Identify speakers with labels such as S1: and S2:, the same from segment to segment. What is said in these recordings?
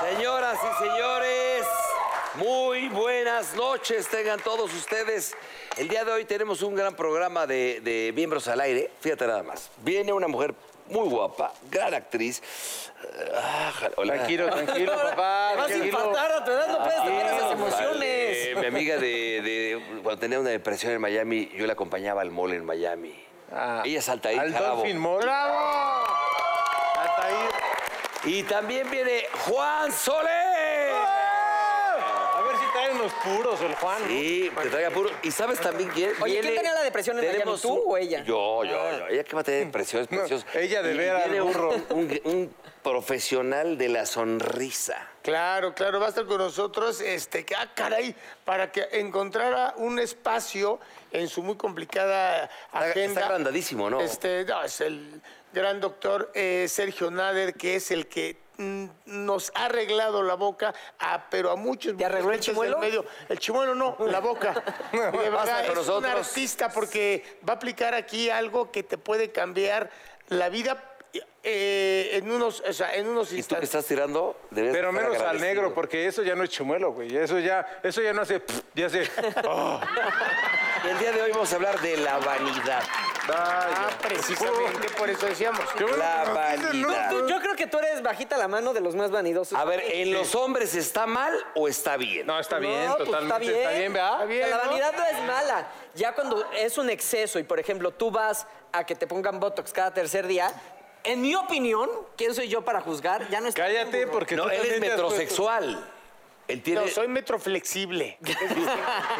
S1: Señoras y señores, muy buenas noches tengan todos ustedes. El día de hoy tenemos un gran programa de, de miembros al aire. Fíjate nada más. Viene una mujer muy guapa, gran actriz. Ah, hola.
S2: Tranquilo, tranquilo, papá.
S3: Te vas a
S2: tranquilo.
S3: infartar a tu edad, no puedes tener esas
S1: Vale,
S3: emociones.
S1: Eh, mi amiga de, de- cuando tenía una depresión en Miami, yo la acompañaba al mall en Miami.
S2: Ah,
S1: Ella salta ahí.
S2: Al Dolphin Mall. ¡Bravo! Altair.
S1: Y también viene Juan Solé.
S2: A ver si traen los puros el Juan. ¿no?
S1: Sí, te traiga puro. ¿Y sabes también quién?
S3: Oye, ¿quién
S1: Viene-
S3: tenía la depresión en
S1: tenemos
S3: Miami, tú
S1: un-
S3: o ella?
S1: Yo, yo, yo. Ella que va a tener depresión,
S2: No,
S1: preciosa.
S2: ella de
S1: Y
S2: ver al
S1: viene un-
S2: burro.
S1: Un, un profesional de la sonrisa.
S4: Claro, claro, va a estar con nosotros, este, que, ah, caray, para que encontrara un espacio en su muy complicada agenda.
S1: está agrandadísimo, ¿no?
S4: Este, no, es el gran doctor eh, Sergio Nader, que es el que mm, nos ha arreglado la boca, a, pero a muchos...
S3: ¿Te arregló el
S4: muchos del
S3: chimuelo?
S4: medio. El chimuelo no, la boca. Y de verdad,
S1: Pasa con
S4: es un
S1: nosotros.
S4: artista porque va a aplicar aquí algo que te puede cambiar la vida eh, en unos, o sea, en
S1: Y
S4: unos
S1: tú que
S4: instantes.
S1: estás tirando, debes
S2: Pero
S1: estar
S2: menos al
S1: agradecido.
S2: negro, porque eso ya no es chimuelo, güey. Eso ya, eso ya no hace. pf, Ya hace. oh,
S1: El día de hoy vamos a hablar de la vanidad.
S2: vaya.
S4: Ah, precisamente por eso decíamos.
S1: La
S3: Tú-
S1: vanidad.
S3: yo creo que tú eres bajita la mano de los más vanidosos.
S1: A ver, ¿en los hombres está mal o está bien?
S2: No, está bien,
S3: No, pues,
S2: totalmente. Está bien, ¿verdad?
S3: O sea, la vanidad no es mala. Ya cuando es un exceso y, por ejemplo, tú vas a que te pongan Botox cada tercer día, en mi opinión, ¿quién soy yo para juzgar? Ya no está
S2: Cállate,
S3: bien, güey.
S2: porque
S1: No,
S2: tú
S1: él es
S2: también te has puesto-
S1: metrosexual. Él tiene...
S4: No, soy metroflexible.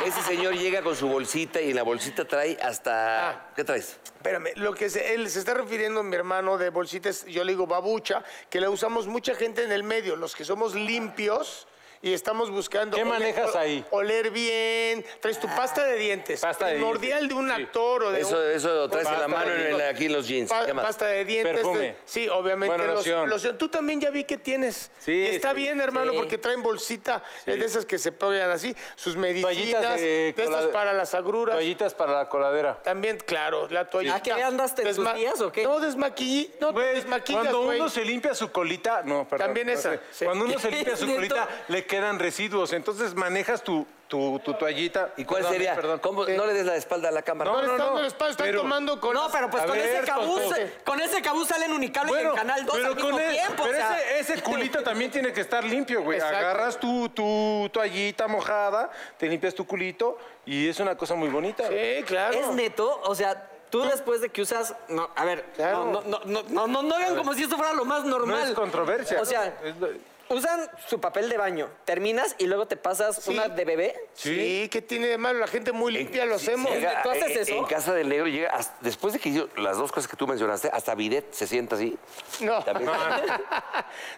S1: Ese señor llega con su bolsita y en la bolsita trae hasta... ¿Qué traes?
S4: Espérame, lo que se, él se está refiriendo mi hermano de bolsitas, yo le digo babucha, que la usamos mucha gente en el medio, los que somos limpios y estamos buscando...
S2: ¿Qué manejas
S4: o-
S2: ahí?
S4: Oler bien, traes tu pasta de dientes.
S2: Pasta de
S4: primordial
S2: dientes,
S4: de un
S2: sí.
S4: actor o de
S1: Eso,
S4: un-
S1: eso traes en la
S2: Basta,
S1: mano en el- aquí en los jeans.
S4: Pa-
S1: ¿Qué más?
S4: pasta de dientes.
S2: Perfume.
S4: este, sí, obviamente.
S2: Bueno,
S4: los-
S2: loción.
S4: loción. Tú también ya vi que tienes.
S2: Sí,
S4: Y está
S2: sí.
S4: bien, hermano,
S3: Sí.
S4: porque traen bolsita eh, de esas que se pegan así, sus medicinas,
S2: Toallitas
S4: de,
S2: de
S4: estas
S2: colade-
S4: para las agruras.
S2: Toallitas para la coladera.
S4: También, claro, la toallita.
S3: ¿Ah, que ya andaste en tus días o qué?
S4: No, desmaquillí. No, te
S2: Güey,
S4: desmaquillas,
S2: cuando
S4: güey.
S2: uno se limpia su colita, no, perdón.
S4: También
S2: no
S4: esa,
S2: sé.
S4: sí.
S2: Cuando uno se limpia su
S3: Neto.
S2: colita, le quedan residuos. Entonces manejas tu, tu, tu toallita.
S1: ¿Y cuál
S2: Perdón,
S1: sería?
S2: Perdón. Eh,
S1: ¿Cómo?
S4: Eh,
S1: No le des la espalda a la cámara.
S4: No,
S2: No,
S4: le
S2: no,
S4: están
S2: no,
S4: dando el espacio, están
S2: pero-
S4: tomando con...
S3: No, pero pues
S2: A
S3: con
S2: ver,
S3: ese cabuz,
S2: Toto.
S3: con ese cabuz salen unicable y en Canal 2 al mismo
S2: e-
S3: tiempo.
S2: pero
S3: o sea.
S2: ese, ese culito también tiene que estar limpio, güey.
S4: Exacto.
S2: Agarras tu, tu toallita mojada, te limpias tu culito y es una cosa muy bonita.
S4: Sí, claro.
S3: Es neto, o sea, tú después de que usas. No, a ver,
S4: Claro.
S3: no, no, no, no, no, no hagan como si esto fuera lo más normal.
S2: No es controversia.
S3: O sea,
S2: Es lo-
S3: usan su papel de baño, terminas y luego te pasas una de bebé.
S4: Sí, ¿qué tiene de malo? La gente muy limpia lo hacemos.
S1: Llega-
S3: ¿Tú haces
S1: en-
S3: eso?
S1: En casa del negro llega, hasta- después de que hizo las dos cosas que tú mencionaste, hasta Bidet se sienta así.
S4: No.
S1: También.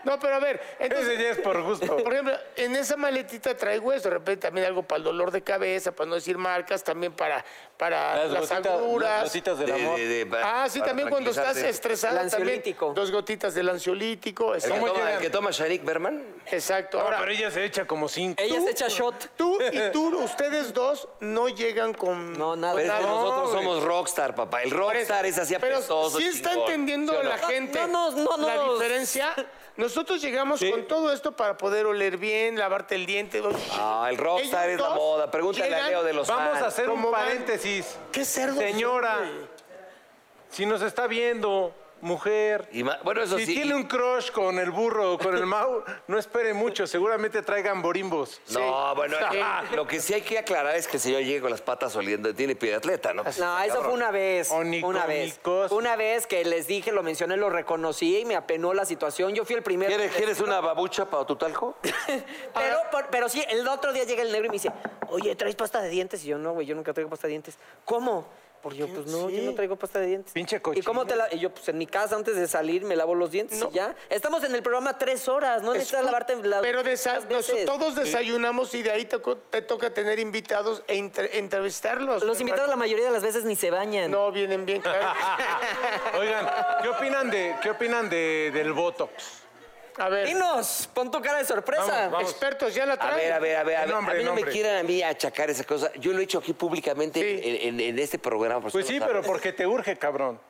S4: no, pero a ver, entonces...
S2: Ese ya es por gusto.
S4: Por ejemplo, en esa maletita traigo eso, de repente también algo para el dolor de cabeza, para no decir marcas, también para, para las,
S2: gotitas- las
S4: agruras.
S2: gotitas del
S1: De-
S2: amor.
S1: de- de- para-
S4: Ah, sí,
S1: para
S4: también cuando estás
S1: tranquilizarte.
S4: estresada
S3: El
S4: también.
S3: ansiolítico.
S4: Dos gotitas del ansiolítico.
S1: El que,
S4: Exacto.
S2: ¿Cómo
S1: toma,
S2: llegan?
S1: el que toma Sharik Berman.
S4: Exacto.
S2: No,
S4: Ahora,
S2: pero ella se echa como cinco.
S3: Ella se echa shot.
S4: tú y tú, ustedes dos no llegan con.
S3: No, nada.
S1: Pero es que
S4: Pues No,
S1: nosotros
S4: güey.
S1: somos rockstar, papá. El rockstar es así
S4: Pero
S1: apestoso.
S4: sí está
S1: chingón.
S4: entendiendo
S1: ¿Sí o no?
S4: la gente
S3: no, no, no,
S4: la
S3: no.
S4: diferencia. Nosotros llegamos
S2: Sí.
S4: con todo esto para poder oler bien, lavarte el diente.
S1: Ah, el rockstar
S4: Ellos
S1: es la
S4: dos
S1: moda. Pregúntale a
S4: llegan-
S1: Leo de los
S2: Vamos a hacer un
S4: ¿Cómo van?
S2: paréntesis.
S4: Qué cerdo.
S2: Señora, si nos está viendo, mujer.
S1: Y ma- bueno, eso
S2: Si
S1: sí.
S2: tiene un crush con el burro o con el Mau, no espere mucho, seguramente traigan borimbos.
S1: No, bueno, eh, lo que sí hay que aclarar es que el señor llegue con las patas oliendo, tiene pie de atleta, ¿no?
S3: No, eso fue una vez.
S2: Oniconicos.
S3: Una vez. Una vez que les dije, lo mencioné, lo reconocí y me apenó la situación. Yo fui el primero.
S1: ¿Quieres, quieres una babucha para tu talco?
S3: Pero,
S4: Ah.
S3: por- pero sí, el otro día llega el negro y me dice, oye, ¿traes pasta de dientes? Y yo, no, güey, yo nunca traigo pasta de dientes. ¿Cómo? Porque yo, pues no, yo no traigo pasta de dientes.
S2: Pinche
S3: ¿Y cómo te la...? Y yo, pues en mi casa, antes de salir, me lavo los dientes y ya. Estamos en el programa tres horas, no necesitas lavarte la...
S4: Pero desa-
S3: las veces.
S4: nos- todos desayunamos y de ahí te, co- te toca tener invitados e inter- entrevistarlos.
S3: Los invitados la mayoría de las veces ni se bañan.
S4: No, vienen bien, claro.
S2: Oigan, ¿qué opinan de qué opinan de, del Botox?
S4: A ver,
S3: Dinos, pon tu cara de sorpresa.
S2: Vamos, vamos.
S4: expertos, ya la
S1: A
S4: traen.
S1: ver, a ver, a ver. A,
S2: El
S1: ver.
S2: nombre,
S1: A mí
S2: el
S1: no me
S2: nombre.
S1: quieran a mí achacar esa cosa. Yo lo he hecho aquí públicamente
S4: Sí.
S1: en, en- en este programa. por
S2: Pues
S1: si
S2: sí,
S1: no
S2: pero
S1: sabes.
S2: porque te urge, cabrón.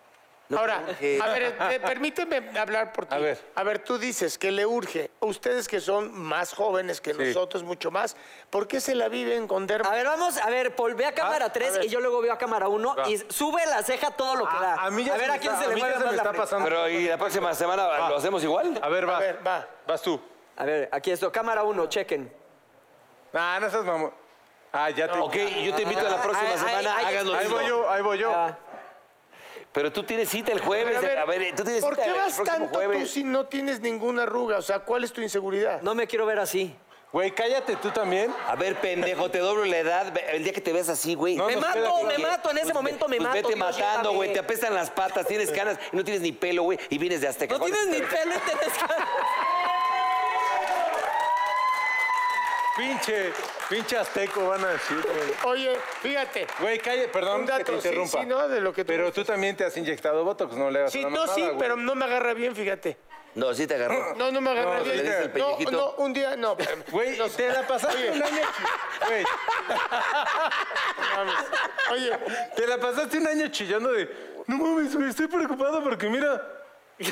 S5: No
S4: Ahora,
S5: me urge.
S4: a ver, eh, permíteme hablar por ti.
S2: A ver.
S4: A ver, tú dices que le urge. Ustedes que son más jóvenes que
S2: Sí.
S4: nosotros, mucho más, ¿por qué se la viven con derma?
S3: A ver, vamos, a ver, Paul, ve a cámara
S2: a
S3: 3
S2: ver.
S3: y yo luego veo a cámara 1
S2: Va. Ah,
S3: y sube la ceja todo lo que da.
S2: A, mí ya
S3: ver
S2: se me
S3: Ah, a quién
S2: está-
S3: se
S2: a
S3: le
S2: mí ya se
S3: mueve más
S2: me
S3: la
S2: está
S3: frente.
S2: pasando.
S5: Pero ¿y la próxima semana lo hacemos igual?
S2: A ver, va. Ah,
S4: A ver, va.
S2: Vas tú.
S3: A ver, aquí esto, cámara 1, chequen.
S2: Ah, no seas mamón. Ah, ya te...
S5: Ok, yo te invito a
S1: Ah,
S5: la próxima
S3: Ay, ay,
S5: semana,
S3: ay,
S5: hagas lo
S2: Ahí
S5: mismo.
S2: voy yo, ahí voy yo.
S3: Ah,
S5: Pero tú tienes cita el jueves.
S4: Pero
S5: A ver,
S2: eh,
S5: tú tienes
S4: ¿Por
S5: cita
S4: qué
S5: el
S4: vas
S5: próximo
S4: tanto tú
S5: jueves.
S4: si no tienes ninguna arruga? O sea, ¿cuál es tu inseguridad?
S3: no me quiero ver así.
S2: Güey, cállate tú también.
S5: A ver, pendejo, te doblo la edad. Ve- El día que te veas así, güey.
S2: No,
S3: me
S2: no,
S3: mato,
S2: espérate.
S3: me mato, en ese
S5: Pues ve-
S3: momento me
S5: pues
S3: mato.
S5: Vete
S3: Dios,
S5: matando,
S3: llévame.
S5: güey. Te apestan las patas, tienes canas y no tienes ni pelo, güey. Y vienes de Azteca.
S3: No
S5: ¿Cuál es
S3: tienes ni
S5: el-
S3: pelo y tienes cara.
S2: Pinche, pinche azteco van a decir, güey.
S4: Oye, fíjate.
S2: Güey, cállate, perdón
S4: Un
S2: que te
S4: dato, sí,
S2: interrumpa.
S4: sí, no, de lo que tú
S2: Pero tú también te has inyectado Botox, no le hagas
S4: Sí,
S2: una
S4: no,
S2: mamada,
S4: sí,
S2: güey.
S4: pero no me agarra bien, fíjate.
S5: No, sí te agarró.
S4: No, no me agarra
S2: No,
S4: bien.
S2: le diste el
S4: no,
S5: pellejito.
S4: no, un día, no. espérame.
S2: Güey,
S4: No,
S2: te la pasaste un año... chi- Güey,
S4: Oye,
S2: te la pasaste un año chillando de... No mames, güey, estoy preocupado porque mira...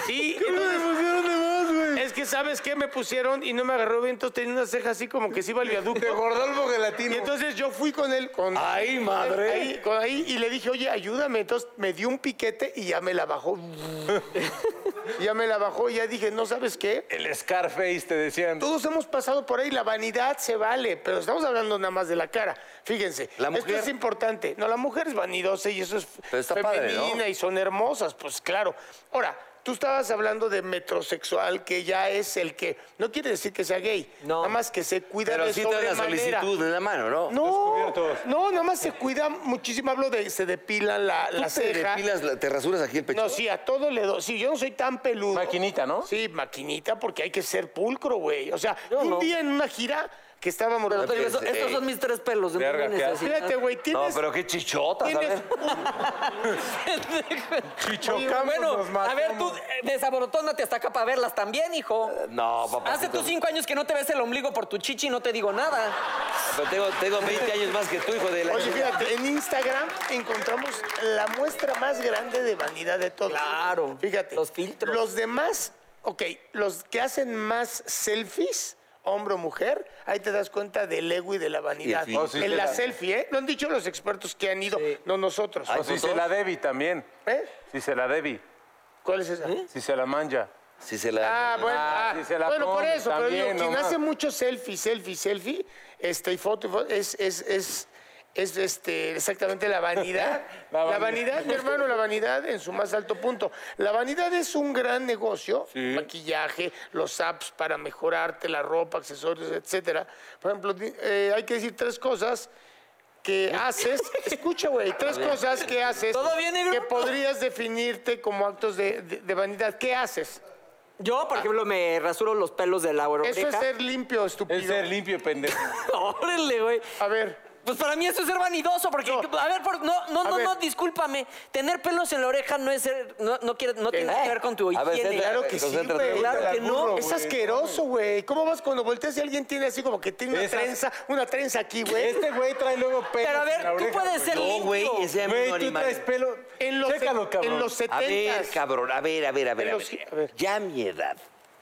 S4: sí,
S2: ¿Qué me pusieron de más, güey?
S4: es que ¿sabes qué? Me pusieron y no me agarró bien, entonces tenía una ceja así como que se iba al
S2: De
S4: viaducto.
S2: Gordolfo
S4: Y
S2: Gelatino.
S4: entonces yo fui con él, con...
S5: ¡Ay,
S4: Ahí, con ahí, y le dije, oye, ayúdame. Entonces me dio un piquete y ya me la bajó. ya me la bajó y ya dije, no sabes qué.
S2: El Scarface, te decían.
S4: Todos hemos pasado por ahí, la vanidad se vale, pero estamos hablando nada más de la cara. Fíjense,
S5: La mujer-
S4: esto es importante. No, la mujer es vanidosa y eso es
S5: Pero está padre,
S4: femenina
S5: ¿no?
S4: y son hermosas, pues claro. Ahora, tú estabas hablando de metrosexual, que ya es el que... No quiere decir que sea gay,
S3: No.
S4: nada más que se cuida
S5: Pero
S4: de
S5: sí te dan la
S4: sobremanera.
S5: solicitud en la mano, ¿no?
S4: No,
S2: Descubiertos.
S4: no, nada más se cuida muchísimo. Hablo de se depila la, la
S5: ¿Te
S4: ceja.
S5: depilas, la- te rasuras aquí el pecho?
S4: No, sí, a todo le doy. Sí, yo no soy tan peludo.
S2: Maquinita, ¿no?
S4: Sí, maquinita, porque hay que ser pulcro, güey. O sea,
S3: Yo
S4: un
S3: no.
S4: día en una gira que estábamos...
S3: Pero estos- estos son mis tres pelos. ¿de
S2: Verga,
S3: dónde
S2: ¿qué
S3: vienes así?
S4: Fíjate, güey,
S5: No,
S4: tienes...
S5: pero qué chichotas, a
S4: tienes-
S5: ver.
S2: Chichocamos,
S3: Bueno,
S2: nos
S3: a ver, tú
S2: matamos. Eh,
S3: eh, desaborotónate hasta acá para verlas también, hijo.
S5: No, papá.
S3: Hace tus cinco años que no te ves el ombligo por tu chichi y no te digo nada.
S5: Pero tengo, tengo 20 años más que tú, hijo de la...
S4: Oye, fíjate, en Instagram encontramos la muestra más grande de vanidad de todos.
S3: Claro,
S4: Fíjate.
S3: los filtros.
S4: Los demás, ok, los que hacen más selfies, hombre o mujer, ahí te das cuenta del ego y de la vanidad.
S5: Y el
S2: Oh, sí,
S4: en
S2: te
S4: la
S2: la-
S4: selfie, ¿eh? Lo han dicho los expertos que han ido, no nosotros.
S5: Ay,
S2: O Pues si
S5: ¿fotos?
S2: se la debí también.
S4: ¿Eh?
S2: Si se la debí.
S4: ¿Cuál es esa?
S2: Si se la manja.
S5: Si se la...
S4: Ah, bueno,
S2: Ah,
S4: ah,
S2: sí se la
S4: bueno, por
S2: pone
S4: eso, pero digo,
S2: también,
S4: quien
S2: nomás.
S4: hace mucho selfie, selfie, selfie, este, y foto, y foto, es, es, es, es, este, exactamente la vanidad.
S2: La
S4: la,
S2: vanidad.
S4: vanidad. mi hermano, la vanidad en su más alto punto. La vanidad es un gran negocio, maquillaje, los apps para mejorarte, la ropa, accesorios, etcétera. Por ejemplo, di- eh, hay que decir tres cosas que haces, escucha, güey, tres cosas que haces
S3: Todo bien, negro.
S4: que podrías definirte como actos de, de- de vanidad. ¿Qué haces?
S3: Yo, por ejemplo, me rasuro los pelos de la oreja.
S4: Ah. Eso es ser limpio, estúpido.
S2: El ser limpio, pendejo.
S3: Órale, güey.
S4: A ver,
S3: Pues para mí eso es ser vanidoso, porque,
S4: No.
S3: a ver, por- no, no,
S4: A
S3: no,
S4: ver.
S3: no, discúlpame. Tener pelos en la oreja no es ser, no, no, quiere, no
S1: Eh,
S3: tiene que ver con tu
S5: A ver,
S3: higiene.
S5: centra-
S4: claro que sí,
S5: concéntrate.
S4: güey.
S3: Claro que no.
S4: es asqueroso, güey. ¿Cómo vas cuando volteas y alguien tiene así como que tiene una
S2: Esas-
S4: trenza, una trenza aquí, güey?
S2: Este güey trae luego pelo.
S3: Pero a ver, tú puedes ser
S5: No, güey,
S3: limpio.
S5: ese amigo
S2: Güey, tú
S5: animal.
S2: traes pelo.
S4: En los,
S2: Chécalo, cabrón.
S4: en los
S5: A ver,
S4: 70
S5: cabrón, a ver, a ver, a ver, a
S4: Pero sí, a ver.
S5: ver. Ya a mi edad.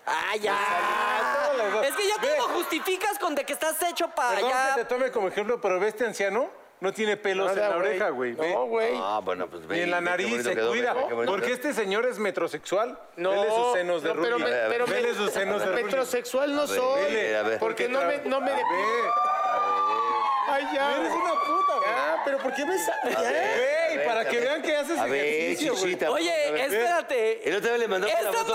S3: ¡Ah,
S2: todas las
S3: ya!
S2: dos.
S3: Es que ya
S2: Ve.
S3: te lo justificas con de que estás hecho para
S2: Perdón que te
S3: allá.
S2: tome como ejemplo, pero ve este anciano, no tiene pelos en la oreja, güey. Ve.
S4: No, güey.
S5: Ah, bueno, pues ve.
S2: Y en la
S5: ve qué
S2: nariz
S5: bonito
S2: se
S5: quedó, ve,
S2: cuida.
S5: ve qué bonito
S2: Porque
S5: quedó.
S2: este señor es metrosexual.
S4: No,
S2: Vele sus senos de
S4: no,
S2: rubia.
S4: pero me- pero me-
S2: Vele sus senos de rubia.
S4: Metrosexual no
S5: ver,
S4: soy.
S5: vele, a ver.
S4: Porque no me,
S2: tra-
S4: no me
S2: Ve.
S4: depilo. Ay, ya.
S2: Eres una puta, güey.
S4: Ah, pero ¿por qué me sa- Ya.
S2: Ve, y
S5: A
S2: para
S5: ver,
S2: que
S5: a ver.
S2: vean que haces
S5: A ver,
S2: ejercicio, güey.
S5: chichita. vamos a ver.
S3: Oye, espérate.
S5: El otro día le mandó
S3: ¿Es tan vanidoso?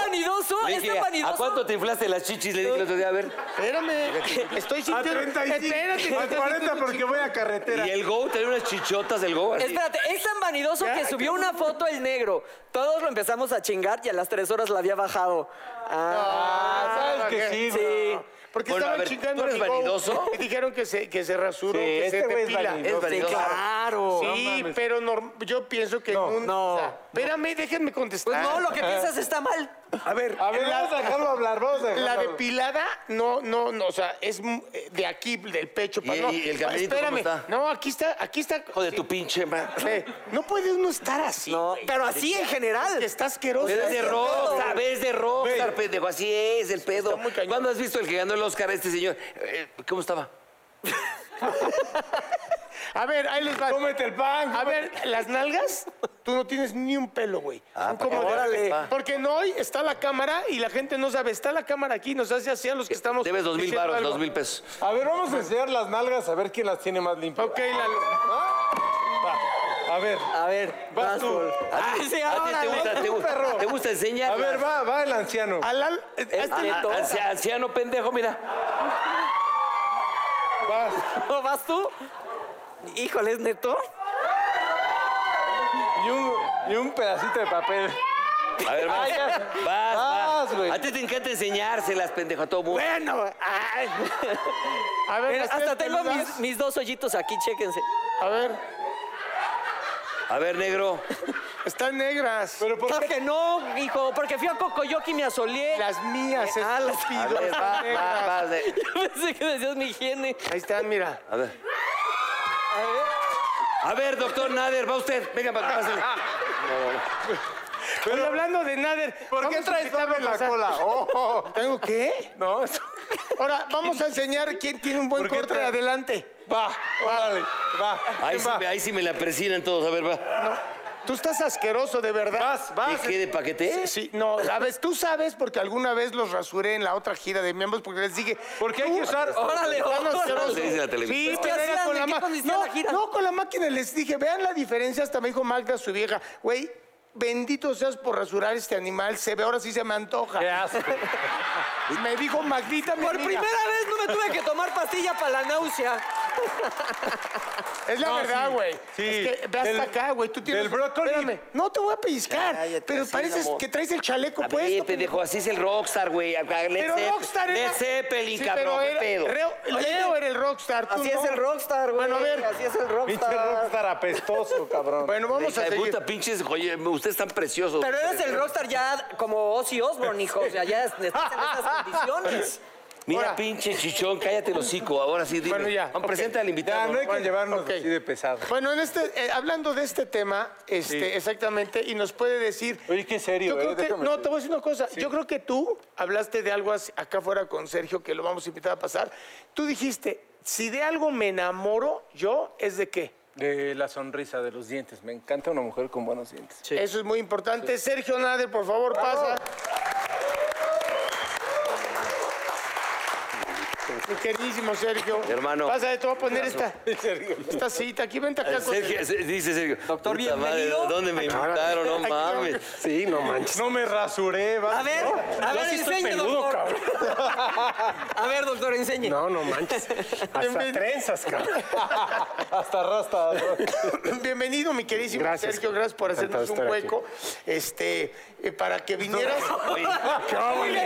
S3: ¿Es tan vanidoso?
S5: ¿A cuánto te inflaste las chichis? Le dije el otro día, a ver.
S4: Espérame. Estoy
S2: A
S4: sintiendo.
S2: 35,
S4: Espérate.
S2: a 40 porque voy a carretera.
S5: Y el Go tenía unas chichotas, el Go. así.
S3: Espérate, es tan vanidoso que subió una foto el negro. Todos lo empezamos a chingar y a las tres horas la había bajado. Ah,
S2: ¿Sabes que sí, güey?
S3: sí.
S4: Porque
S5: Bueno, a
S4: estaban
S5: ver,
S4: chingando
S5: ¿tú eres
S4: a mi Go.
S5: vanidoso?
S4: Y dijeron que se, que se rasuró,
S2: Sí,
S4: que
S2: este
S4: se
S2: güey es
S4: depila.
S2: vanidoso.
S5: Es
S3: Sí,
S5: vanidoso.
S3: claro.
S4: Sí,
S2: mames.
S4: pero norm- yo pienso que
S2: No,
S4: en un-
S3: no,
S4: o sea, Espérame, déjenme contestar.
S1: Pues
S3: Pues no, lo que piensas está mal.
S1: A ver,
S2: A ver, vamos a dejarlo hablar, vamos a dejarlo
S4: La
S2: hablar.
S4: depilada, no, no, no, o sea, es mm, eh, de aquí, del pecho para
S1: ¿Y-
S4: no. Ah,
S1: y el caminito cómo
S4: Espérame.
S1: está?
S4: No, aquí está, aquí está.
S1: hijo de tu pinche ma-
S4: Eh, no puede uno estar así.
S3: No,
S4: güey.
S3: pero así en general.
S4: Está asqueroso.
S1: Eres de rockstar, ves de rockstar, pendejo. Así es el pedo.
S4: muy cañón.
S1: ¿Cuándo has visto el que ganó el Oscar a este señor? Eh, ¿Cómo estaba?
S4: A ver, ahí les va.
S2: Cómete el pan.
S4: A ver, las nalgas, tú no tienes ni un pelo, güey.
S1: Ah,
S4: Son como
S1: porque-
S4: de-
S1: órale. Ah.
S4: Porque no hoy está la cámara y la gente no sabe. Está la cámara aquí, nos hace así a los que estamos.
S1: Debes dos mil
S4: diciendo
S1: baros,
S4: algo.
S1: dos mil pesos.
S2: A ver, vamos a enseñar las nalgas a ver quién las tiene más limpias.
S4: Ok, Lalo.
S2: Va, A ver.
S3: A ver,
S2: Vas
S3: vas
S2: tú.
S3: por- Ah, sí,
S1: ¿A ti te
S3: órale.
S1: gusta, te, gusta, te gusta enseñar?
S2: A ver, va, va el anciano.
S4: A Lalo- a este-
S3: Es
S1: Ah,
S3: prieto.
S1: anci- anciano pendejo, mira.
S2: Vas.
S3: ¿Vas tú? Híjole, ¿es neto?
S2: Y un, y un pedacito de papel.
S1: A ver, vas.
S2: Ay, ya.
S1: Vas, vas.
S2: Vas, güey.
S1: A ti te encanta enseñárselas, pendejo, a todo mundo.
S4: Bueno, ay. A ver,
S3: Mira,
S4: las
S3: Eh, hasta
S4: tres
S3: tengo
S4: peludas.
S3: mis, mis dos hoyitos aquí, chéquense.
S4: A ver,
S1: A ver, negro.
S4: están negras.
S2: Pero por
S3: Claro
S2: qué.
S3: que no, hijo, porque fui a Cocoyoki y me asolé.
S4: Las mías,
S3: Eh, ah, las-
S1: A ver,
S4: estúpido,
S1: va,
S4: están
S1: va,
S4: negras.
S1: va, de-
S3: Yo pensé que decías mi higiene.
S4: Ahí están, mira.
S1: A ver. A ver, doctor Nader, va usted. Venga, pa- pásale.
S4: Pero hablando de Nader,
S2: ¿Por qué
S4: vamos a
S2: traes
S4: invitarlo
S2: sable en
S4: a
S2: la
S4: pasar.
S2: cola? Oh, oh.
S4: ¿Tengo qué?
S2: No, eso-
S4: Ahora, vamos a enseñar quién tiene un buen
S2: ¿Por qué
S4: corte.
S2: traes?
S4: Adelante.
S2: Va, órale, va.
S1: Ahí
S4: ah,
S2: ¿Quién
S1: sí,
S2: va?
S1: me- ahí sí me la presionan todos. A ver, va.
S4: Tú estás asqueroso, de verdad.
S2: Vas, vas.
S1: ¿Y qué de paquete?
S4: Ah, Sí, no, sabes, tú sabes porque alguna vez los rasuré en la otra gira de miembros porque les dije,
S2: Porque hay que usar.
S3: Órale,
S4: Están asquerosos.
S1: Se
S3: órale.
S1: dice la televisión.
S4: Sí,
S3: ¿Qué
S4: pero era
S3: hacían?
S4: con
S3: ¿En
S4: la
S3: qué
S4: ma-
S3: consistía
S4: no,
S3: la gira?
S4: no, con la máquina les dije, vean la diferencia, hasta me dijo Magda, su vieja, güey, bendito seas por rasurar este animal, se ve, ahora sí se me antoja.
S2: Qué asco.
S4: Me dijo Magdita, mi
S3: Por primera
S4: amiga.
S3: vez no me tuve que tomar pastilla para la náusea.
S4: Es la
S2: No,
S4: verdad,
S2: sí,
S4: güey.
S2: sí.
S4: Es que ve hasta
S2: Del-
S4: acá, güey. Tú tienes.
S2: del brócoli.
S4: Espérame. No te voy a pellizcar.
S1: Cállate,
S4: pero
S1: sí,
S4: pareces
S1: amor.
S4: que traes el chaleco
S1: A ver,
S4: puesto.
S1: pendejo, así es el rockstar, güey. A- a- Led
S4: Pero
S1: Zepp-
S4: Rockstar era.
S1: Led Zeppelin,
S4: Sí,
S1: cabrón,
S4: pero
S1: qué
S4: era-
S1: pedo.
S4: Reo- Leo era el rockstar. tú
S3: Así es
S4: no.
S3: el rockstar, güey.
S4: Bueno, a ver.
S3: Así es el
S2: Pinche
S3: rockstar.
S2: rockstar apestoso, cabrón.
S4: Bueno, vamos
S1: Hija
S4: a
S1: de
S4: seguir.
S1: puta, pinches, oye, ustedes están preciosos.
S3: Pero eres el rockstar ya como Ozzy Osbourne, hijo. O sea, ya es- estás en esas condiciones.
S1: Mira,
S4: Ahora.
S1: pinche chichón, cállate el hocico. Ahora sí, dime.
S4: Bueno, ya,
S1: Juan,
S4: ok.
S1: presenta al
S2: Ya,
S1: invitado.
S2: no hay que llevarnos
S4: ok.
S2: así de pesado.
S4: Bueno, en este, eh, hablando de este tema, este, exactamente, y nos puede decir.
S2: Oye, qué serio,
S4: Yo
S2: ¿eh?
S4: creo que,
S2: Déjame
S4: no,
S2: decir.
S4: te voy a decir una cosa. Yo creo que tú hablaste de algo así- acá afuera con Sergio, que lo vamos a invitar a pasar. Tú dijiste, si de algo me enamoro, yo, ¿es de qué?
S2: De la sonrisa, de los dientes. Me encanta una mujer con buenos dientes.
S3: Sí.
S4: Eso es muy importante. Sergio Nader, por favor, pasa. Mi queridísimo Sergio.
S1: Hermano.
S4: Pasa, te voy a poner esta, esta cita. Aquí vente acá. con-
S1: Sergio, se- dice Sergio.
S3: Doctor,
S1: puta madre,
S3: bienvenido.
S1: ¿Dónde me
S4: Ahora,
S1: invitaron? No
S4: aquí
S1: mames.
S4: vamos.
S1: Sí, no manches.
S2: No me rasuré, va.
S3: A ver, a ver, enseñe, doctor. A ver, doctor, enseñe.
S2: No, no manches. Hasta
S4: Bienvenido.
S2: trenzas, cabrón. Hasta rasta.
S4: Bienvenido, mi queridísimo
S6: Gracias.
S4: Sergio. Gracias por
S6: Encantado
S4: hacernos
S6: de
S4: un
S6: estar aquí.
S4: hueco. Este, eh, para que vinieras.
S1: Oye,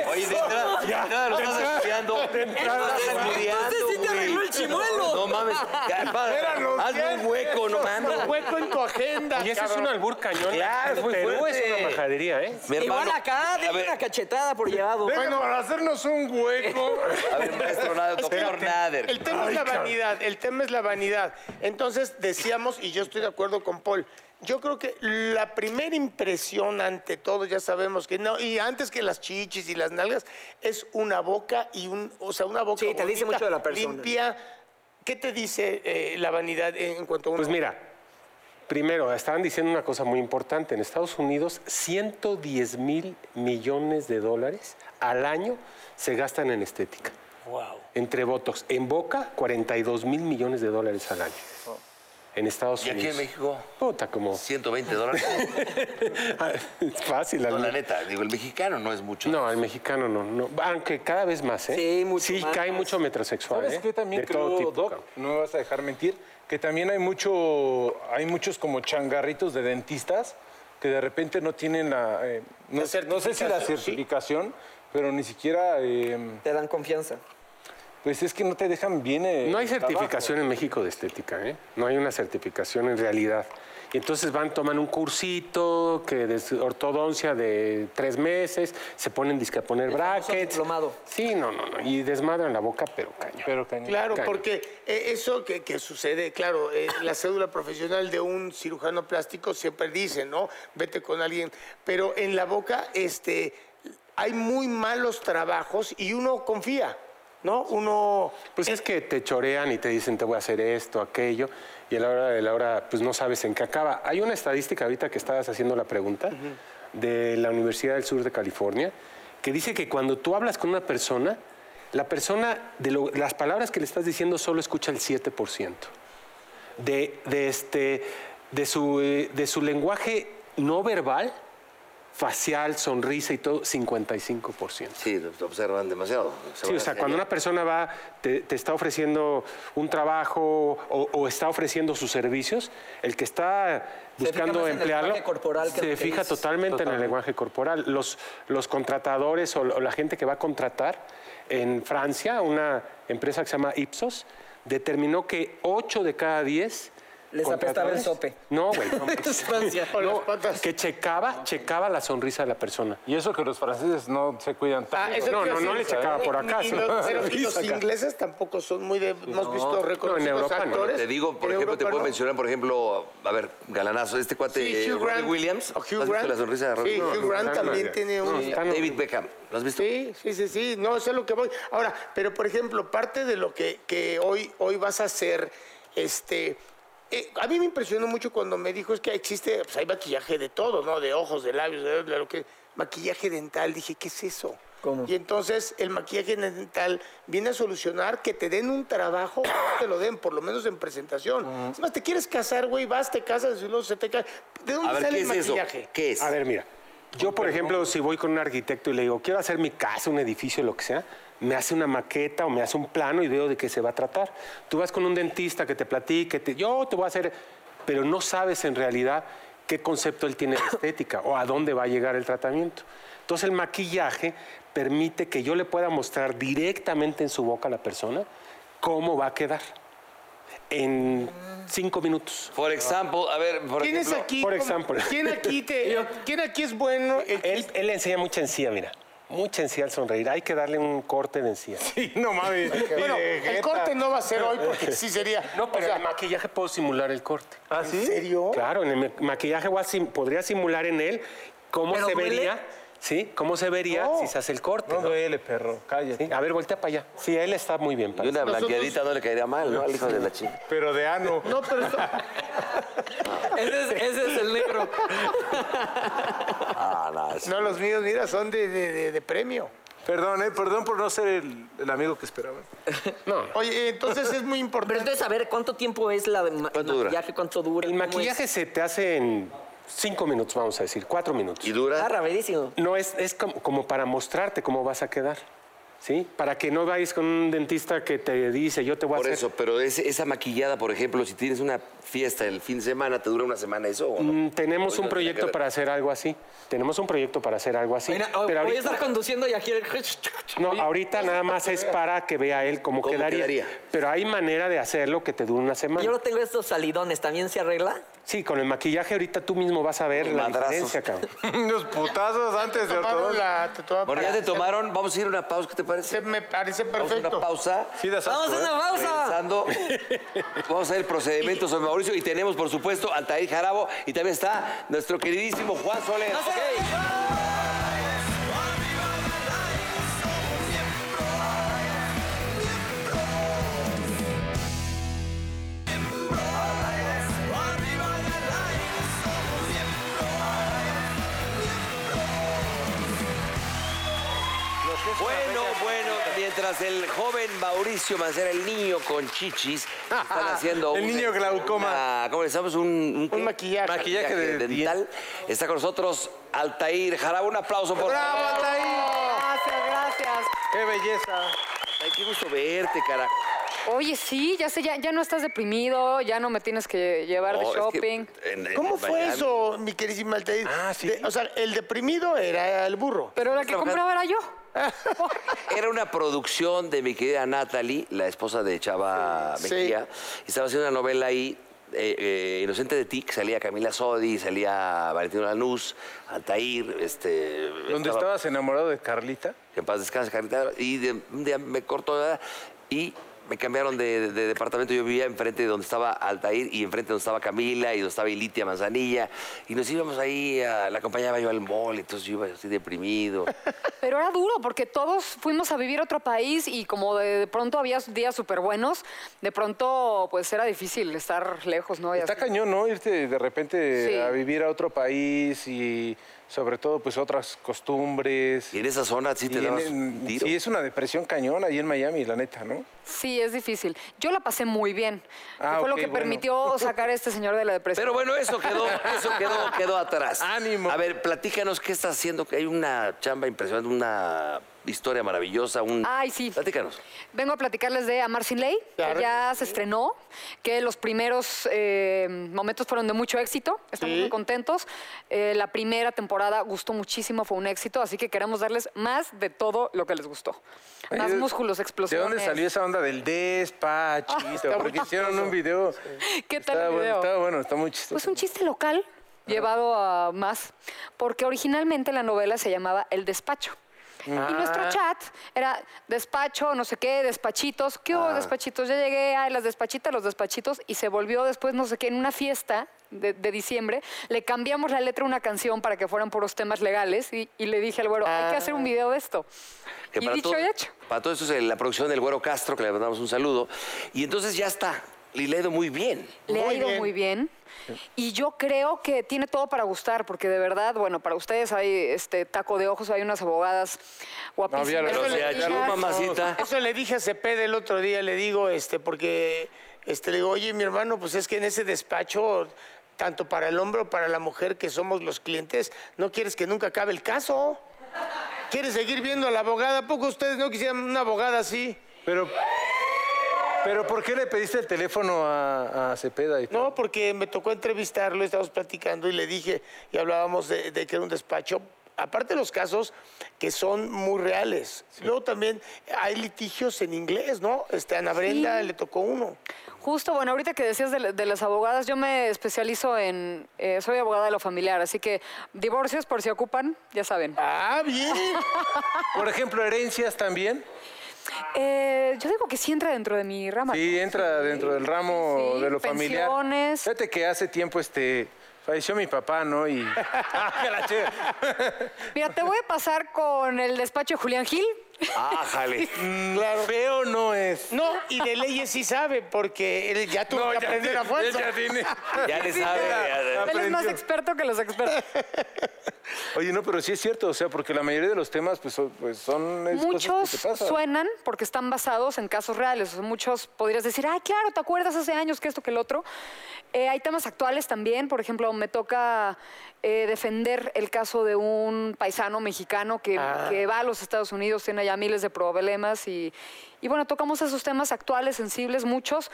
S1: oye, de entrada, de entrada lo estás estudiando. Estás estudiando,
S3: Entonces sí te
S1: güey.
S3: arregló el chimuelo.
S1: No mames. Ya, pa-
S2: Eran los
S1: Hazme un
S2: dientes.
S1: hueco, no mames.
S4: Un hueco en tu agenda.
S6: Y ese es
S4: cabrón.
S6: un albur cañón.
S1: Claro, es muy
S6: Perú
S1: fuerte.
S6: es una majadería, ¿eh?
S1: Mi
S3: Igual
S1: hermano,
S3: acá,
S1: a
S3: déjame
S1: ver,
S3: una cachetada por llevado.
S2: Bueno, para hacernos un hueco.
S1: A ver, maestro Nader,
S3: Pues
S1: doctor Nader.
S4: El tema es la vanidad, el tema es la vanidad. Entonces decíamos, y yo estoy de acuerdo con Paul, yo creo que la primera impresión ante todo, ya sabemos que no, y antes que las chichis y las nalgas, es una boca y un, o sea, una boca
S3: Sí, te dice
S4: bonita,
S3: mucho de la persona.
S4: limpia. ¿Qué te dice eh, la vanidad en cuanto a una
S6: Pues mira, primero, estaban diciendo una cosa muy importante. En Estados Unidos, 110 mil millones de dólares al año se gastan en estética. Entre Botox. En boca, 42 mil millones de dólares al año. En Estados
S1: ¿Y aquí
S6: Unidos.
S1: en México?
S6: Puta, como... Ah,
S1: 120 dólares.
S6: es fácil.
S1: No,
S6: al
S1: la
S6: menos.
S1: neta, digo, el mexicano no es mucho.
S6: No, el mexicano no, no. Aunque cada vez más, ¿eh?
S3: Sí, mucho
S6: Sí,
S3: más.
S6: cae mucho metrosexual,
S2: ¿Sabes
S6: ¿eh?
S2: qué también
S6: De
S2: creo,
S6: todo tipo,
S2: Doc?
S6: cabrón.
S2: No me vas a dejar mentir. Que también hay mucho, hay muchos como changarritos de dentistas que de repente no tienen la... eh, no,
S4: La
S2: no sé si la
S4: certificación, sí.
S2: certificación, pero ni siquiera... eh,
S3: Te dan confianza.
S2: pues es que no te dejan bien. eh, el
S6: No hay
S2: trabajo.
S6: certificación en México de estética, ¿eh? No hay una certificación en realidad. Y entonces van, toman un cursito que de su- ortodoncia de tres meses, se ponen disque a poner
S3: famoso
S6: brackets.
S3: diplomado.
S6: Sí, no, no, no. Y desmadran la boca, pero caño.
S2: Pero cañón.
S4: Claro,
S6: Caño.
S4: porque eh, eso que, que sucede, claro, eh, la cédula profesional de un cirujano plástico siempre dice, ¿no? Vete con alguien. Pero en la boca, este, hay muy malos trabajos y uno confía, ¿no? Uno.
S6: Pues es que te chorean y te dicen te voy a hacer esto, aquello, y a la hora de la hora pues no sabes en qué acaba. Hay una estadística ahorita que estabas haciendo la pregunta de la Universidad del Sur de California que dice que cuando tú hablas con una persona, la persona de lo- las palabras que le estás diciendo solo escucha el 7% de, de este, de, su, eh, de su lenguaje no verbal, facial, sonrisa y todo, 55%.
S5: Sí, lo- lo observan demasiado.
S6: Sí, o sea, cuando una persona va, te, te está ofreciendo un trabajo o, o está ofreciendo sus servicios, el que está
S3: Se fija más
S6: buscando
S3: en el
S6: emplearlo
S3: lenguaje corporal que en
S6: se
S3: lo que
S6: fija
S3: dices.
S6: totalmente en el lenguaje corporal. Los, los contratadores o, o la gente que va a contratar en Francia, una empresa que se llama Ipsos, determinó que 8 de cada 10
S3: Les apestaba el
S6: contratadores-
S3: sope.
S6: No, güey. no mames.
S3: Es Francia.
S4: O las
S6: No,
S4: patas.
S6: que checaba, checaba la sonrisa de la persona.
S2: Y eso que los franceses no se cuidan tanto.
S4: Ah, eso
S6: No,
S4: te iba a
S6: no, no
S4: decir.
S6: le checaba por acá,
S4: Y
S6: sí.
S4: los, pero y los
S6: Acá.
S4: ingleses tampoco son muy de. Hemos visto reconocidos
S6: Europa no.
S4: actores.
S5: Te digo, por
S4: En
S5: ejemplo, te
S4: Europa
S5: puedo
S4: no.
S5: mencionar, por ejemplo, a ver, galanazo, este cuate
S4: Sí,
S5: eh,
S4: Hugh
S5: Robbie
S4: Grant.
S5: Williams.
S4: O
S5: ¿Has visto
S4: Hugh Grant.
S5: la sonrisa de Robbie?
S4: Sí, Hugh Grant
S6: no,
S4: también
S6: no,
S4: tiene
S6: no,
S4: un.
S6: está
S5: David Beckham, ¿lo has visto?
S4: Sí, sí, sí, sí. No, eso es lo que voy. Ahora, pero por ejemplo, parte de lo que, que hoy, hoy vas a hacer, este. eh, a mí me impresionó mucho cuando me dijo es que existe, pues hay maquillaje de todo, ¿no? De ojos, de labios, de, de lo que. Maquillaje dental. Dije, ¿qué es eso?
S3: ¿Cómo?
S4: Y entonces el maquillaje dental viene a solucionar que te den un trabajo, no te lo den, por lo menos en presentación. Es más, te quieres casar, güey, vas, te casas y luego se te cae. ¿De dónde
S5: A ver,
S4: sale
S5: ¿qué
S4: el
S5: es eso?
S4: maquillaje?
S5: ¿Qué es?
S6: A ver, mira. Yo, por ejemplo, si voy con un arquitecto y le digo, quiero hacer mi casa, un edificio, lo que sea, me hace una maqueta o me hace un plano y veo de qué se va a tratar. Tú vas con un dentista que te platique, te- yo te voy a hacer, pero no sabes en realidad qué concepto él tiene de estética o a dónde va a llegar el tratamiento. Entonces, el maquillaje permite que yo le pueda mostrar directamente en su boca a la persona cómo va a quedar en cinco minutos.
S5: Por ejemplo, a ver, por
S4: ¿Quién es
S5: ejemplo,
S4: aquí?
S6: por
S4: como-
S6: ejemplo.
S4: ¿Quién aquí te- quién aquí es bueno? El-
S6: Él, él le enseña mucha encía, mira. Mucha encía al sonreír. Hay que darle un corte de encía.
S2: Sí, no mames.
S4: bueno, el corte no va a ser hoy porque sí sería.
S6: No, pero
S4: o sea,
S6: en el maquillaje puedo simular el corte.
S2: ¿Ah, sí?
S4: ¿En serio?
S6: Claro, en el ma- maquillaje voy a sim- podría simular en él cómo
S3: ¿Pero
S6: se
S3: duele?
S6: vería. ¿Sí? ¿Cómo se vería
S4: No.
S6: si se hace el corte?
S2: No
S6: ¿no?
S2: duele, perro. Cállate.
S6: Sí, A ver, voltea para allá. Sí, él está muy bien.
S5: y
S6: Para
S5: una blanqueadita no le caería mal, ¿no? Al hijo de la chica.
S2: Pero de ano.
S4: No, pero esto-
S3: Ese es, ese es el negro.
S5: Ah, no, es-
S4: no, los míos, mira, son de, de- de- de premio.
S2: Perdón, eh, perdón por no ser el, el amigo que esperaba.
S4: Oye, entonces es muy
S3: Pero
S4: importante.
S3: entonces, a ver, ¿cuánto tiempo es la de ma-
S5: ¿Cuánto dura?
S3: maquillaje? ¿Cuánto dura?
S6: El
S3: ¿Cómo es?
S6: maquillaje se te hace en cinco minutos, vamos a decir, cuatro minutos.
S5: Y
S3: Ah,
S5: dura.
S3: rapidísimo.
S6: No, es, es como, como para mostrarte cómo vas a quedar. ¿Sí? Para que no vayas con un dentista que te dice, yo te voy a
S5: Por
S6: hacer
S5: eso, pero ese- esa maquillada, por ejemplo, si tienes una fiesta el fin de semana, ¿te dura una semana eso o no?
S6: Mm, Tenemos
S5: Hoy no
S6: un
S5: tiene que
S6: proyecto
S5: ver.
S6: para hacer algo así. Tenemos un proyecto para hacer algo así.
S3: Mira, oh,
S6: pero
S3: voy a
S6: ahorita,
S3: estar conduciendo y aquí el...
S6: no, ahorita nada más es para que vea él cómo,
S5: ¿Cómo
S6: quedaría.
S5: quedaría?
S6: Pero hay manera de hacerlo que te dure una semana.
S3: Yo no tengo estos salidones, ¿también se arregla?
S6: Sí, con el maquillaje ahorita tú mismo vas a ver la
S5: Madrazos.
S6: diferencia, cabrón.
S2: Unos putazos antes de
S4: Tomaron
S2: ortodoncia.
S4: la- te tomaron-
S5: Bueno, ya te tomaron, vamos a ir a una pausa, ¿qué te parece?
S4: Se me parece
S5: Vamos a una
S4: perfecto.
S5: pausa.
S2: Sí, das asco,
S3: ¡Vamos a
S2: ¿eh?
S3: una pausa!
S5: Regresando, vamos a ver procedimientos sobre Mauricio y tenemos, por supuesto, Altair Jarabo y también está nuestro queridísimo Juan Soler.
S3: ¡No se
S5: Ok.
S3: vayan!
S5: Bueno, bueno, mientras el joven Mauricio Mancera, el niño con chichis, están haciendo.
S2: El niño glaucoma.
S5: una- ¿Cómo le llamamos? Un,
S4: Un maquillaje.
S5: maquillaje
S2: de
S5: dental. Está con nosotros Altair Jarabo. Un aplauso, por
S2: ¡Bravo,
S5: favor.
S2: Altair!
S7: Gracias, gracias.
S2: ¡Qué belleza!
S5: Ay, qué gusto verte, carajo.
S7: Oye, sí, ya sé, ya, ya no estás deprimido, ya no me tienes que llevar
S5: No,
S7: de
S5: Oh, es que
S7: shopping.
S5: en- en
S4: ¿Cómo fue
S5: Miami-
S4: eso, mi queridísima Altair?
S2: Ah, sí.
S4: De- o sea, el deprimido era el burro.
S7: Pero la que
S5: trabajando.
S7: compraba era yo.
S1: Era una producción de mi querida Natalie, la esposa de Chava
S4: Sí.
S1: Mejía. y Estaba haciendo una novela ahí, eh, eh, Inocente de ti, que salía Camila Sodi, salía Valentino Lanús, Altair, este...
S2: ¿Dónde
S1: estaba-
S2: estabas enamorado de Carlita?
S1: que en paz descanse, Carlita. Y de- un día me cortó ¿verdad? y me cambiaron de, de departamento. Yo vivía enfrente de donde estaba Altair y enfrente donde estaba Camila y donde estaba Ilitia Manzanilla. Y nos íbamos ahí, a- la acompañaba yo al mall, entonces yo iba así deprimido.
S7: Pero era duro porque todos fuimos a vivir a otro país y como de, de pronto había días súper buenos, de pronto pues era difícil estar lejos, ¿no? Y
S2: Está
S7: así.
S2: cañón, ¿no? Irte de repente
S7: Sí.
S2: a vivir a otro país y sobre todo pues otras costumbres.
S1: Y en esa zona sí te
S2: Y en-
S1: dabas un
S2: en-
S1: tiro.
S2: sí, es una depresión cañón ahí en Miami, la neta, ¿no?
S7: Sí, es difícil. Yo la pasé muy bien. que
S2: Ah,
S7: fue lo
S2: ok,
S7: que
S2: bueno.
S7: permitió sacar a este señor de la depresión.
S1: Pero bueno, eso quedó, eso quedó, quedó atrás.
S2: Ánimo.
S1: A ver, platícanos qué estás haciendo. que Hay una chamba impresionante, una historia maravillosa. Un...
S7: Ay, sí.
S1: Platícanos.
S7: Vengo a platicarles de Amar sin ley,
S4: Claro
S7: que ya se estrenó, que los primeros eh, momentos fueron de mucho éxito, estamos
S4: Sí.
S7: muy contentos. Eh, la primera temporada gustó muchísimo, fue un éxito, así que queremos darles más de todo lo que les gustó. Más
S2: Oye,
S7: músculos, explosiones. Ah,
S2: ¿De dónde salió esa onda del despachito? Porque hicieron un video.
S7: ¿Qué tal
S2: Está
S7: el
S2: bueno,
S7: video?
S2: está bueno, está muy chistoso.
S7: Pues un chiste local llevado a más, porque originalmente la novela se llamaba El Despacho. Y
S1: Ah.
S7: nuestro chat era despacho, no sé qué, despachitos, ¿qué
S1: Ah.
S7: hubo despachitos? Ya llegué, ay, las despachitas, los despachitos, y se volvió después, no sé qué, en una fiesta de, de diciembre, le cambiamos la letra a una canción para que fueran puros temas legales, y, y le dije al güero, hay que hacer un video de esto.
S1: Ah. Que
S7: y dicho
S1: todo,
S7: y hecho.
S1: Para todo esto es la producción del Güero Castro, que le mandamos un saludo. Y entonces ya está. Y le ha ido muy bien.
S7: Le ha
S4: Muy
S7: ido
S4: bien.
S7: muy bien. Y yo creo que tiene todo para gustar, porque de verdad, bueno, para ustedes hay este taco de ojos, hay unas abogadas guapísimas.
S2: Pero
S1: Pero
S4: Eso
S1: se
S4: le-
S1: achú,
S7: digas.
S1: mamacita.
S4: Eso le dije a Cepeda el otro día, le digo, este, porque este, le digo, oye, mi hermano, pues es que en ese despacho, tanto para el hombre o para la mujer que somos los clientes, no quieres que nunca acabe el caso. ¿Quieres seguir viendo a la abogada? ¿A poco ustedes no quisieran una abogada así?
S2: Pero, pero ¿por qué le pediste el teléfono a, a Cepeda? Y
S4: No, porque me tocó entrevistarlo, estábamos platicando y le dije, y hablábamos de, de que era un despacho, aparte de los casos que son muy reales. Luego también hay litigios en inglés, ¿no? Este, a Ana Brenda le tocó uno.
S7: Justo, bueno, ahorita que decías de, la- de las abogadas, yo me especializo en, eh, soy abogada de lo familiar, así que divorcios por si ocupan, ya saben.
S4: Ah, bien.
S2: Por ejemplo, herencias también.
S7: Eh, yo digo que sí entra dentro de mi rama.
S2: Sí, entra dentro del ramo
S7: Sí,
S2: de lo familiar. Eh.
S7: pensiones.
S2: Fíjate que hace tiempo este falleció mi papá, ¿no? Y Ah, la che-
S7: Mira, te voy a pasar con el despacho de Julián Gil.
S1: Ájale.
S2: Mm, feo no es.
S4: No, y de leyes sí sabe, porque él ya tuvo que aprender
S2: te-
S4: a fuerza.
S2: él ya tiene-
S1: Ya le sabe. ya-
S7: Él es más
S2: Aprendió.
S7: experto que los expertos.
S2: Oye, no, pero sí es cierto, o sea, porque la mayoría de los temas pues, son- pues, son es
S7: Muchos
S2: cosas que te pasan.
S7: suenan porque están basados en casos reales. O sea, muchos podrías decir, ay, claro, ¿te acuerdas hace años que esto, que el otro? Eh, hay temas actuales también. Por ejemplo, me toca eh, defender el caso de un paisano mexicano que,
S2: Ah.
S7: que va a los Estados Unidos, tiene ya miles de problemas. Y, y bueno, tocamos esos temas actuales, sensibles, muchos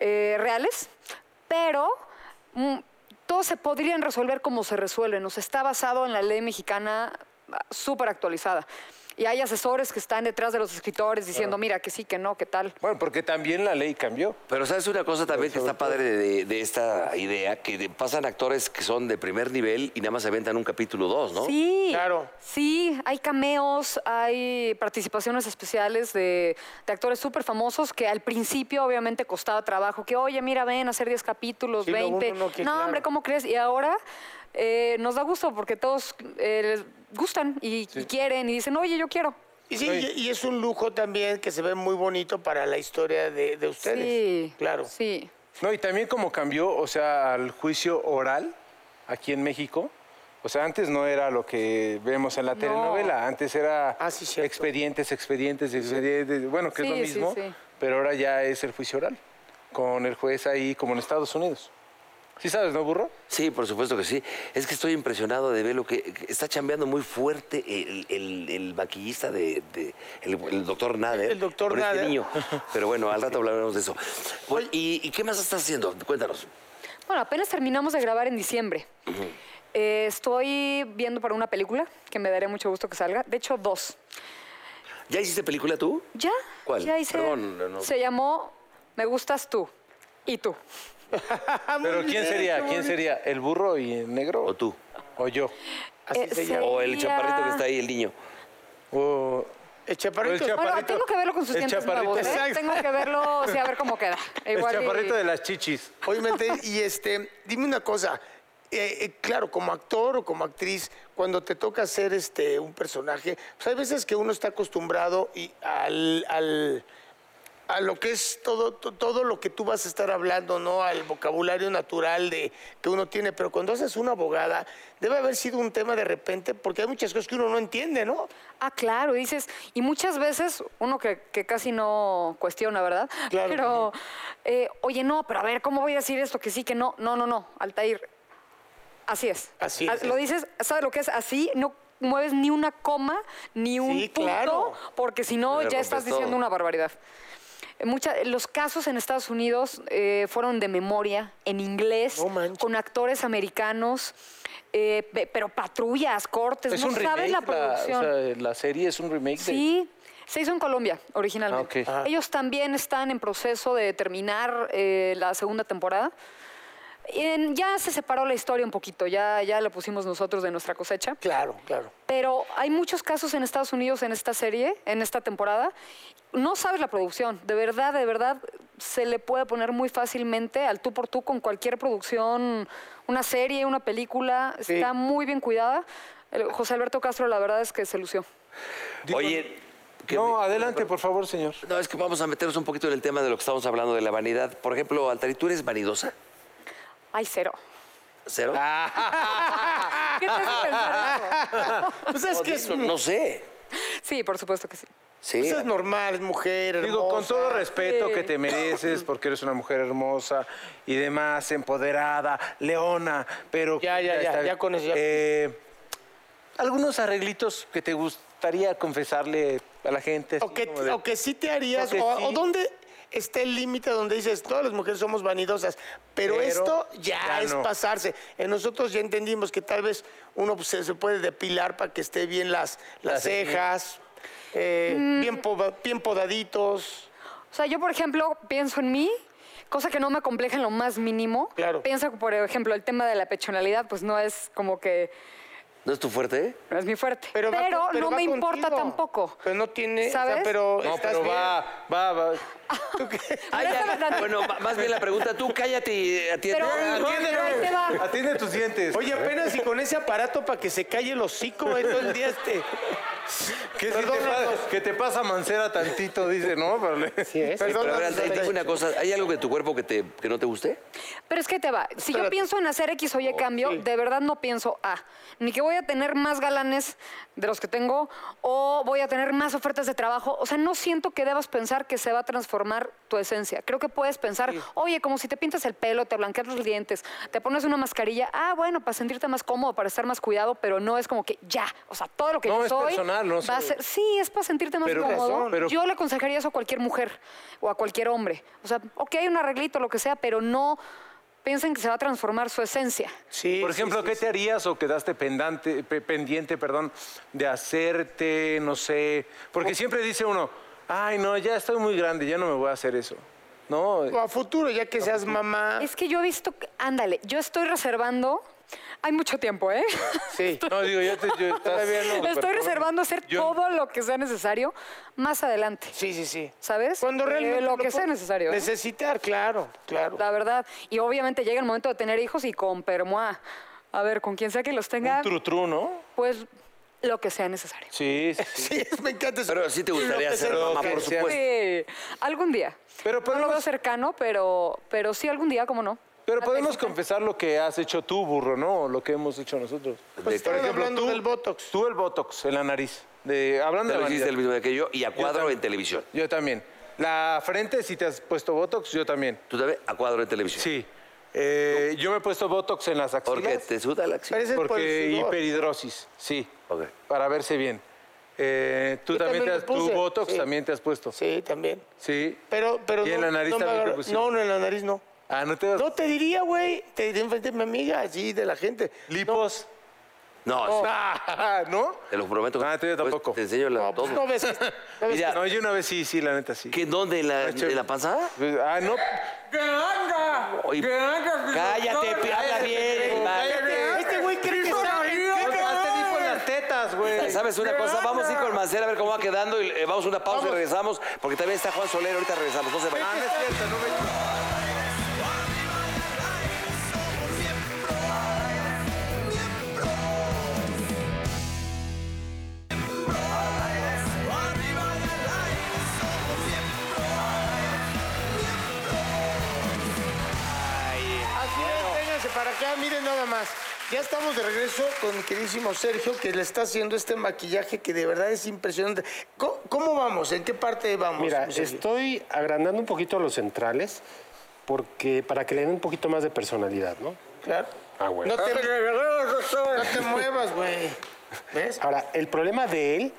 S7: eh, reales, pero... mm, todos se podrían resolver como se resuelven. O sea, está basado en la ley mexicana ah, súper actualizada. Y hay asesores que están detrás de los escritores diciendo, mira, que sí, que no, que tal.
S2: Bueno, porque también la ley cambió.
S1: Pero sabes una cosa también que está padre de, de esta idea, que de- pasan actores que son de primer nivel y nada más se aventan un capítulo dos, ¿no?
S7: Sí.
S4: Claro.
S7: Sí, hay cameos, hay participaciones especiales de, de actores súper famosos que al principio obviamente costaba trabajo, que oye, mira, ven a hacer 10 capítulos,
S4: Sí, luego
S7: 20.
S4: uno no,
S7: no,
S4: que
S7: hombre,
S4: claro.
S7: ¿cómo crees? Y ahora eh, nos da gusto porque todos eh, les gustan y, y quieren y dicen, oye, yo quiero.
S4: Y sí, y, y es un lujo también que se ve muy bonito para la historia de, de ustedes.
S7: Sí,
S4: Claro.
S7: Sí.
S2: No, y también como cambió, o sea, al juicio oral aquí en México. O sea, antes no era lo que vemos en la telenovela, antes era
S4: Ah, sí, cierto.
S2: expedientes, expedientes, expedientes, bueno, que es lo
S7: Sí, sí,
S2: mismo,
S7: sí.
S2: pero ahora ya es el juicio oral, con el juez ahí como en Estados Unidos. ¿Sí sabes, no, burro?
S1: Sí, por supuesto que sí. Es que estoy impresionado de ver lo que que está chambeando muy fuerte el, el- el maquillista de, de- el, el doctor Nader.
S4: El doctor
S1: por este
S4: Nader.
S1: niño. Pero bueno, al rato hablaremos de eso. Oye, ¿Y, y qué más estás haciendo? Cuéntanos.
S7: Bueno, apenas terminamos de grabar en diciembre. Eh, estoy viendo para una película que me daría mucho gusto que salga. De hecho, dos.
S5: ¿Ya hiciste película tú?
S7: ¿Ya?
S5: ¿Cuál?
S7: Ya hice.
S5: Perdón, no, no.
S7: Se llamó Me gustas tú y tú. Ah,
S2: Pero ¿quién sería? ¿Quién sería? ¿El burro y el negro?
S5: ¿O tú?
S2: ¿O yo?
S4: Así
S7: Eh,
S4: se llama.
S5: ¿O el
S7: sería-
S5: chaparrito que está ahí, el niño?
S2: ¿O
S4: El Eh, chaparrito.
S2: El
S7: Bueno,
S2: Chaparrito.
S7: tengo que verlo con sus
S2: El
S7: dientes
S2: chaparrito.
S7: nuevos, ¿eh?
S4: Exacto.
S7: Tengo que verlo, o sea, a ver cómo queda.
S2: el
S7: Igual y-
S2: chaparrito de las chichis?
S4: Obviamente, y este, dime una cosa. eh, eh, claro, como actor o como actriz, cuando te toca hacer este, un personaje, pues hay veces que uno está acostumbrado y al, al- a lo que es todo, to- todo lo que tú vas a estar hablando, ¿no? Al vocabulario natural de, que uno tiene. Pero cuando haces una abogada, debe haber sido un tema de repente, porque hay muchas cosas que uno no entiende, ¿no?
S7: Ah, claro, dices, y muchas veces uno que, que casi no cuestiona, ¿verdad?
S4: Claro.
S7: Pero, eh, oye, no, pero a ver, ¿cómo voy a decir esto? Que sí, que no, no, no, no, Altair. Así es.
S4: Así es.
S7: Ah, Lo dices, ¿sabes lo que es? Así no mueves ni una coma, ni un
S4: Sí,
S7: punto,
S4: claro.
S7: porque si no,
S5: Pero
S7: ya estás
S5: contestó.
S7: diciendo una barbaridad. Eh, mucha- los casos en Estados Unidos eh, fueron de memoria, en inglés,
S4: No manches.
S7: con actores americanos, eh, pe- pero patrullas, cortes, Pues no sabes la producción.
S2: La, o sea, la serie es un remake
S7: Sí, se hizo en Colombia originalmente.
S2: Ah, ok. Ajá.
S7: Ellos también están en proceso de terminar eh, la segunda temporada. En- ya se separó la historia un poquito, ya, ya la pusimos nosotros de nuestra cosecha.
S4: Claro, claro.
S7: Pero hay muchos casos en Estados Unidos en esta serie, en esta temporada. No sabes la producción, de verdad, de verdad, se le puede poner muy fácilmente al tú por tú con cualquier producción, una serie, una película, está muy bien cuidada. El- José Alberto Castro, la verdad es que se lució.
S2: Digo-
S5: Oye,
S2: de... No, adelante, por favor, señor.
S5: no, es que vamos a meternos un poquito en el tema de lo que estamos hablando de la vanidad. Por ejemplo, Altari, ¿tú eres vanidosa?
S7: Ay, cero.
S5: ¿Cero?
S7: ¿Qué te hace pensar eso?
S4: Pues es que es,
S5: No, no sé.
S7: Sí, por supuesto que sí.
S5: Sí.
S4: pues es normal, es mujer, hermosa.
S2: Digo, con todo respeto
S7: Sí.
S2: que te mereces, porque eres una mujer hermosa y demás, empoderada, leona, pero...
S4: Ya, ya, ya,
S2: está bien.
S4: ya con eso ya-
S2: Eh, algunos arreglitos que te gustaría confesarle a la gente. así
S4: O que,
S2: como de-
S4: o que sí te harías,
S2: O que
S4: o,
S2: sí.
S4: o dónde está el límite donde dices, todas las mujeres somos vanidosas, pero,
S2: Pero
S4: esto ya,
S2: ya
S4: es
S2: no.
S4: pasarse. Eh, nosotros ya entendimos que tal vez uno pues, se, se puede depilar para que esté bien las, las
S2: Las
S4: cejas, eh,
S7: Mm.
S4: bien, poda- bien podaditos.
S7: O sea, yo, por ejemplo, pienso en mí, cosa que no me acompleja en lo más mínimo.
S4: Claro.
S7: Pienso, por ejemplo, el tema de la pechonalidad, pues no es como que
S5: ¿No es tu fuerte?
S7: no es mi fuerte.
S4: Pero, va con- pero
S7: no
S4: va
S7: me importa
S4: contigo.
S7: tampoco.
S4: Pero no tiene, o sea,
S7: ¿Sabes?
S4: pero
S2: No,
S4: estás
S2: pero
S4: bien.
S2: va, va, va.
S5: Ah, ya. Bueno, ma- más bien la pregunta, tú cállate y atiende.
S7: Pero, pero ahí te va.
S2: Atiende tus dientes.
S4: Oye, apenas y con ese aparato para que se calle el hocico, eh, todo el día este.
S2: ¿Qué si te
S4: perdónanos.
S2: pasa- que te pasa mancera tantito, dice, ¿no? Pero le-
S5: Pero a
S4: Perdón,
S5: ver, Altari, dime una cosa, ¿hay algo de tu cuerpo que, te, que no te guste?
S7: Pero es que te va. Si yo pienso en hacer X o Y cambio, de verdad no pienso A. Ni que voy a tener más galanes de los que tengo o voy a tener más ofertas de trabajo. O sea, no siento que debas pensar que se va a transformar tu esencia. Creo que puedes pensar, oye, como si te pintas el pelo, te blanqueas los dientes, te pones una mascarilla. Ah, bueno, para sentirte más cómodo, para estar más cuidado, pero no es como que ya. O sea, todo lo que
S2: No,
S7: yo
S2: es
S7: soy
S2: personal, no
S7: va a
S2: sé.
S7: ser- Sí, es para sentirte más
S2: Pero-
S7: cómodo.
S2: Razón, pero-
S7: Yo le aconsejaría eso a cualquier mujer o a cualquier hombre. O sea, ok, un arreglito, lo que sea, pero no piensen que se va a transformar su esencia.
S4: Sí,
S2: Por
S4: sí,
S2: ejemplo,
S4: sí,
S2: ¿qué te harías o quedaste pendante- pe- pendiente perdón, de hacerte, no sé?
S4: Oh.
S2: Porque siempre dice uno, ay, no, ya estoy muy grande, ya no me voy a hacer eso. No,
S4: O a futuro, ya que seas
S2: Ah.
S4: mamá.
S7: Es que yo he visto, que- ándale, yo estoy reservando, hay mucho tiempo, ¿eh?
S4: Sí.
S2: no digo, ya te, yo- estás-
S7: estoy reservando hacer
S2: Yo-
S7: todo lo que sea necesario más adelante,
S4: Sí, sí, sí.
S7: ¿sabes?
S4: Cuando
S7: Eh,
S4: realmente
S7: lo que sea
S4: puedes
S7: necesario. ¿eh?
S4: Necesitar, claro, claro.
S7: La verdad. Y obviamente llega el momento de tener hijos y con permoa. A ver, con quien sea que los tenga,
S2: Un trutru, ¿no?
S7: pues lo que sea necesario.
S2: Sí, sí, sí.
S4: Sí, me encanta eso.
S5: Pero sí te gustaría
S4: Lo que
S5: ser
S4: sea.
S5: mamá, por
S2: que sea.
S5: supuesto.
S7: Sí, algún día.
S2: Pero
S7: No lo veo
S2: podemos-
S7: cercano, pero, pero sí algún día, ¿cómo no?
S2: Pero podemos confesar lo que has hecho tú, burro, ¿no? O Lo que hemos hecho nosotros.
S4: Pues estaban hablando del Botox.
S2: Tú el Botox en la nariz. De, hablando
S5: Te
S2: de
S5: lo hiciste
S2: vanidad.
S5: el mismo día que yo y a cuadro
S2: también.
S5: en televisión.
S2: Yo también. La frente, si te has puesto Botox, yo también.
S5: ¿Tú también? A cuadro en televisión.
S2: Sí. Eh, yo me he puesto Botox en las axilas.
S5: Porque te suda la acción.
S4: Parece por
S2: Porque
S4: el sudor.
S2: hiperhidrosis, sí.
S5: Ok.
S2: Para verse bien. Eh, tú
S4: Yo
S2: también, te
S4: también
S2: has,
S4: me
S2: tu
S4: puse,
S2: Botox
S4: sí.
S2: también te has puesto. Sí.
S4: Sí, también. Pero, pero
S2: ¿Y
S4: no,
S2: en la nariz también te
S4: no me
S5: pues,
S4: agarra-
S2: pusiste?
S4: No, no, en la nariz no.
S2: Ah, no te has...
S4: No te diría, güey. Te diría enfrente de mi amiga, así, de la gente.
S2: Lipos.
S5: No,
S2: Ah, ¿No?
S5: te lo prometo. que
S2: Ah, tú yo
S5: después
S2: tampoco.
S5: Te enseño la,
S4: No, pues
S5: todo.
S4: no ves. no ves-
S5: Mira,
S2: No, yo una vez sí, sí, la neta sí. Ah,
S5: ¿qué, ¿dónde? ¿En la, en la panza?
S2: Pues, Ah, no.
S5: Oye, cállate, pi- habla bien. animal.
S2: Este güey cree que sabe. Hasta dijo en las tetas, güey.
S5: ¿Sabes una cosa? Vamos a ir con Mancera a ver cómo va quedando. Y, eh, vamos a una pausa y regresamos, porque también está Juan Soler. Ahorita regresamos. No se vayan.
S2: Ah, no es cierto, no me...
S4: Así es, vénganse para acá, miren nada más. Ya estamos de regreso con mi queridísimo Sergio, que le está haciendo este maquillaje que de verdad es impresionante. ¿Cómo, cómo vamos? ¿En qué parte vamos?
S6: Mira,
S4: mi Sergio?
S6: estoy agrandando un poquito los centrales porque para que le den un poquito más de personalidad, ¿no?
S4: Claro.
S6: Ah, güey.
S4: No te, no te muevas, güey. ¿Ves?
S6: Ahora, el problema de él,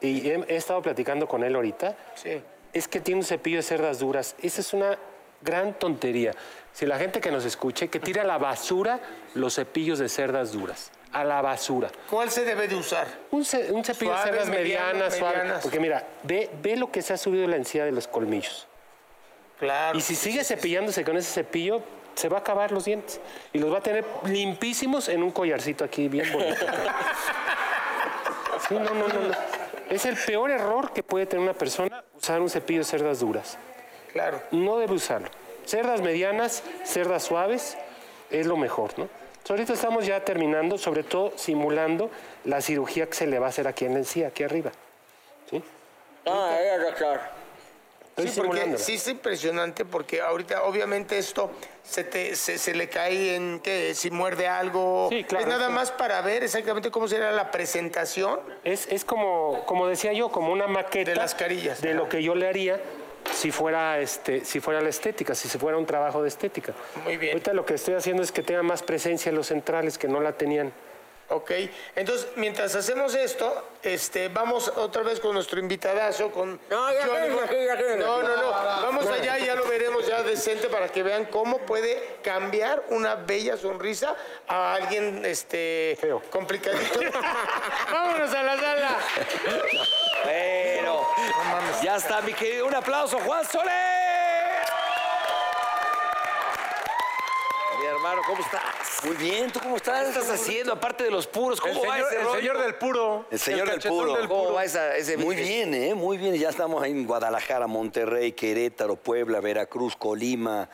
S6: y he, he estado platicando con él ahorita,
S4: Sí.
S6: es que tiene un cepillo de cerdas duras. Esa es una gran tontería. Si la gente que nos escuche, que tira a la basura los cepillos de cerdas duras. A la basura.
S4: ¿Cuál se debe de usar?
S6: Un, ce- un cepillo
S4: Suave,
S6: de cerdas
S4: mediano,
S6: medianas, suave.
S4: medianas.
S6: Porque mira, ve, ve lo que se ha subido la encía de los colmillos.
S4: Claro.
S6: Y si sigue cepillándose con ese cepillo, se va a acabar los dientes. Y los va a tener limpísimos en un collarcito aquí, bien bonito. Sí, no, no, no, no. Es el peor error que puede tener una persona usar un cepillo de cerdas duras.
S4: Claro.
S6: No debe usarlo. Cerdas medianas, cerdas suaves, es lo mejor, ¿no? Entonces, ahorita estamos ya terminando, sobre todo simulando la cirugía que se le va a hacer aquí en la encía, aquí arriba. ¿Sí?
S3: Ah, doctor.
S6: Estoy
S4: sí, porque
S6: simulándola.
S4: sí es impresionante porque ahorita obviamente esto se, te, se, se le cae en que si muerde algo.
S6: Sí, claro.
S4: Es nada más para ver exactamente cómo será la presentación.
S6: Es, es como, como decía yo, como una maqueta
S4: De las carillas.
S6: de lo que yo le haría si fuera, este, si fuera la estética, si se fuera un trabajo de estética.
S4: Muy bien.
S6: Ahorita lo que estoy haciendo es que tenga más presencia en los centrales que no la tenían.
S4: Ok, entonces mientras hacemos esto, este, vamos otra vez con nuestro invitadazo, con
S3: No, ya
S4: Johnny.
S3: quédense aquí, ya quédense
S4: no,
S3: aquí.
S4: no, no, vamos allá y ya lo veremos ya decente para que vean cómo puede cambiar una bella sonrisa a alguien, este,
S6: Feo.
S4: complicadito. Vámonos a la sala.
S5: Bueno, ya está, mi querido. Un aplauso, Juan Soler. Mi hermano, ¿cómo estás? Muy bien, ¿tú cómo estás? ¿Qué estás haciendo? Aparte de los puros, ¿cómo
S2: El
S5: va
S2: señor,
S5: ese
S2: el
S5: rollo?
S2: señor del puro.
S1: El señor del
S2: cachetón
S1: puro.
S5: ¿Cómo va Oh, esa- ese
S1: Muy
S5: business?
S1: bien, ¿eh? Muy bien. Ya estamos ahí en Guadalajara, Monterrey, Querétaro, Puebla, Veracruz, Colima.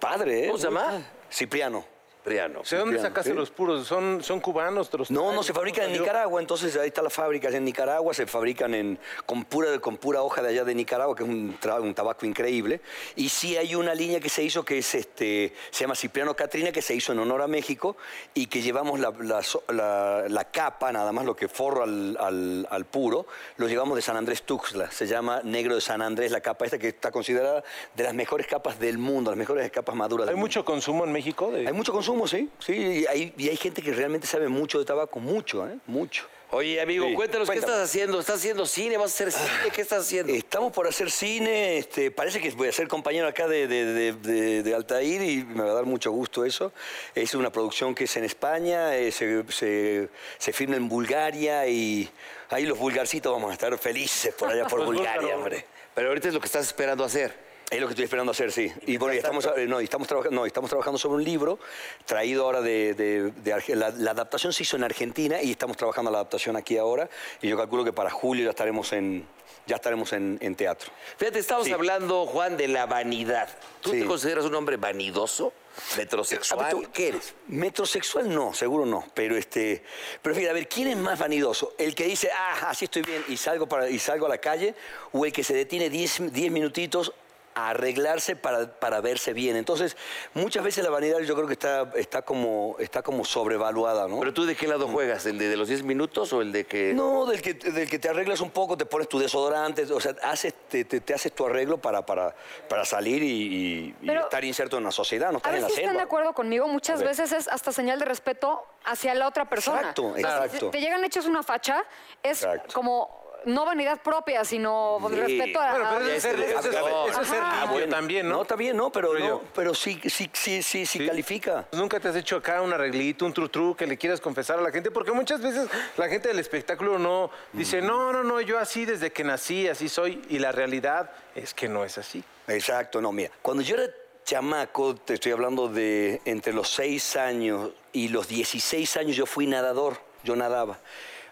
S1: Padre, ¿eh?
S5: ¿Cómo se
S1: Muy
S5: llama?
S1: padre. Cipriano.
S5: Priano.
S2: O sea, ¿dónde
S1: Cipriano,
S2: sacaste
S1: sí.
S2: los puros? ¿Son, son cubanos? te los
S1: No,
S2: traen?
S1: no se fabrican en
S2: Yo-
S1: Nicaragua, entonces ahí está la fábrica en Nicaragua, se fabrican en, con, pura, con pura hoja de allá de Nicaragua, que es un, tra- un tabaco increíble. Y sí hay una línea que se hizo que es este, se llama Cipriano Catrina, que se hizo en honor a México y que llevamos la, la so- la- la capa, nada más lo que forra al, al- al puro, lo llevamos de San Andrés Tuxtla, se llama Negro de San Andrés, la capa esta que está considerada de las mejores capas del mundo, las mejores capas maduras del
S2: ¿Hay
S1: mundo.
S2: mucho consumo en México? de-
S1: Hay mucho consumo, sí. Sí, y hay, y hay gente que realmente sabe mucho de tabaco, mucho, ¿eh? Mucho.
S5: Oye, amigo,
S1: Sí.
S5: cuéntanos, ¿qué
S1: Cuéntame.
S5: estás haciendo? ¿Estás haciendo cine? ¿Vas a hacer cine? ¿Qué estás haciendo?
S1: Estamos por hacer cine, este, parece que voy a ser compañero acá de, de- de- de- de Altair y me va a dar mucho gusto eso. Es una producción que es en España, eh, se, se- se filma en Bulgaria y ahí los bulgarcitos vamos a estar felices por allá por Bulgaria, hombre.
S5: Pero ahorita es lo que estás esperando hacer.
S1: Es lo que estoy esperando hacer, sí. Y bueno, y estamos, eh, no, y estamos, trabajando, no, estamos trabajando sobre un libro traído ahora de... de- de Arge- la, la adaptación se hizo en Argentina y estamos trabajando la adaptación aquí ahora. Y yo calculo que para julio ya estaremos en, ya estaremos en, en teatro.
S5: Fíjate, estamos
S1: Sí.
S5: hablando, Juan, de la vanidad. ¿Tú
S1: Sí.
S5: te consideras un hombre vanidoso? Ah, ¿Metrosexual?
S1: A ver, tú,
S5: ¿Qué eres?
S1: Metrosexual no, seguro no. Pero este, pero fíjate, a ver, ¿quién es más vanidoso? ¿El que dice, ah, así estoy bien y salgo, para, y salgo a la calle? ¿O el que se detiene 10 10 minutitos a arreglarse para, para verse bien? Entonces, muchas veces la vanidad yo creo que está, está, como, está como sobrevaluada, ¿no? Mm.
S5: ¿Pero tú de qué lado juegas? ¿El de, de los 10 minutos o el de que...?
S1: No, del que, del que te arreglas un poco, te pones tu desodorante, o sea, haces, te, te- te haces tu arreglo para, para, para salir y, y- y
S7: Pero-
S1: estar inserto en la sociedad, no
S7: A
S1: estar
S7: ver
S1: en la
S7: si están de
S1: selva.
S7: acuerdo conmigo, muchas
S1: A ver.
S7: veces es hasta señal de respeto hacia la otra persona.
S1: Exacto,
S7: O sea, si
S1: exacto.
S7: Te llegan hechos una facha, es
S1: Exacto.
S7: como no vanidad propia, sino pues,
S5: Sí.
S7: respeto a...
S2: Bueno,
S7: a-
S2: pero
S5: Ah,
S2: eso es ser,
S5: ya es-
S2: eso es-
S5: a ver,
S2: eso es ser
S7: ajá.
S2: limpio
S5: Ah, bueno.
S2: también, ¿no?
S1: está bien, no, pero,
S2: Creo
S1: no,
S2: yo.
S1: pero sí, sí, sí, sí, sí,
S2: Sí.
S1: califica.
S2: Nunca te has hecho acá un arreglito, un tru-tru que le quieras confesar a la gente, porque muchas veces la gente del espectáculo no dice, no, no, no, yo así desde que nací, así soy, y la realidad es que no es así.
S1: Exacto, no, mira, cuando yo era chamaco, te estoy hablando de entre los 6 años y los 16 años yo fui nadador, yo nadaba.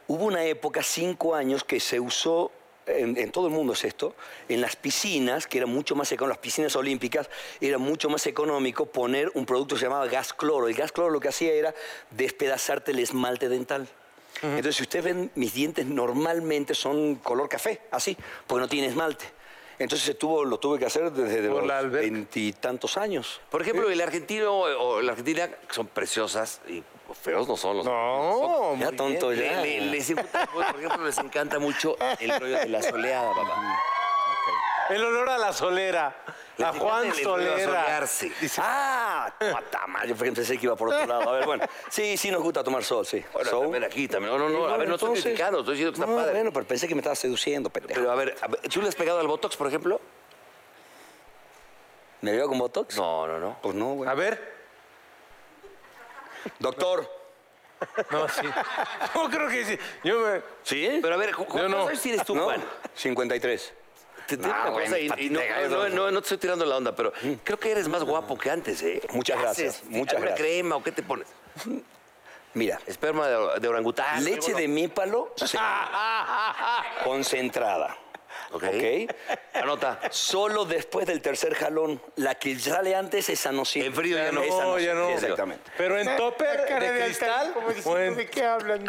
S1: Hubo una época, 5 años, que se usó, en, en todo el mundo es esto, en las piscinas, que era mucho más económico, las piscinas olímpicas, era mucho más económico poner un producto que se llamaba gas cloro. El gas cloro lo que hacía era despedazarte el esmalte dental. Entonces, si ustedes ven, mis dientes normalmente son color café, así, porque no tiene esmalte. Entonces se tuvo, lo tuve que hacer desde
S2: Por la
S1: los
S2: alberca.
S1: veintitantos años.
S5: Por ejemplo, el argentino o la argentina, que son preciosas y feos no son los.
S2: No,
S1: ya tonto, ya.
S5: Le- le- les encanta, por ejemplo, les encanta mucho el rollo de la soleada, papá.
S2: el olor a la solera,
S5: Les
S2: a
S5: encanta el-
S2: Juan
S5: el rollo de
S2: Solera.
S5: solearse.
S1: ¡Ah! Mata madre, yo pensé que iba por otro lado. A ver, bueno, sí, sí nos gusta tomar sol, sí.
S5: Ahora,
S1: Sol.
S5: también aquí, también. No, no, no. A ver, no estoy
S1: Entonces-
S5: criticando, estoy diciendo que está
S1: No,
S5: padre.
S1: Bueno, pero pensé que me estaba seduciendo, pendejo.
S5: Pero a ver, a ver, ¿tú le has pegado al Botox, por ejemplo?
S1: ¿Me veo con Botox?
S5: No, no, no.
S1: Pues no, güey.
S2: A ver.
S1: Doctor.
S2: No, sí. Yo creo que sí. Yo me...
S1: ¿Sí?
S5: Pero a ver, Ju- Ju-
S2: Yo no.
S5: ¿cuántos años tienes tú,
S1: ¿No?
S5: Juan?
S1: 53.
S5: Te- te digo una cosa y- y no, no, no, no te estoy tirando la onda, pero creo que eres más guapo que antes, ¿eh?
S1: Muchas
S5: ¿Qué
S1: gracias,
S5: haces?
S1: muchas
S5: ¿Alguna
S1: gracias.
S5: crema o qué te pones?
S1: Mira,
S5: Esperma de, de orangután.
S1: leche de mípalo se- concentrada.
S5: Ok.
S1: ¿Ok?
S5: Anota.
S1: Solo después del tercer jalón. La que sale antes, esa no sirve.
S5: En frío ya no.
S1: Esa
S2: No, Oh, ya
S1: sirve,
S2: no.
S1: Exactamente.
S2: Pero en
S4: La
S2: topper
S4: cara
S2: Eh, de
S4: Altair,
S2: cristal
S4: como
S2: o
S4: diciendo,
S2: en
S4: ¿De qué hablan?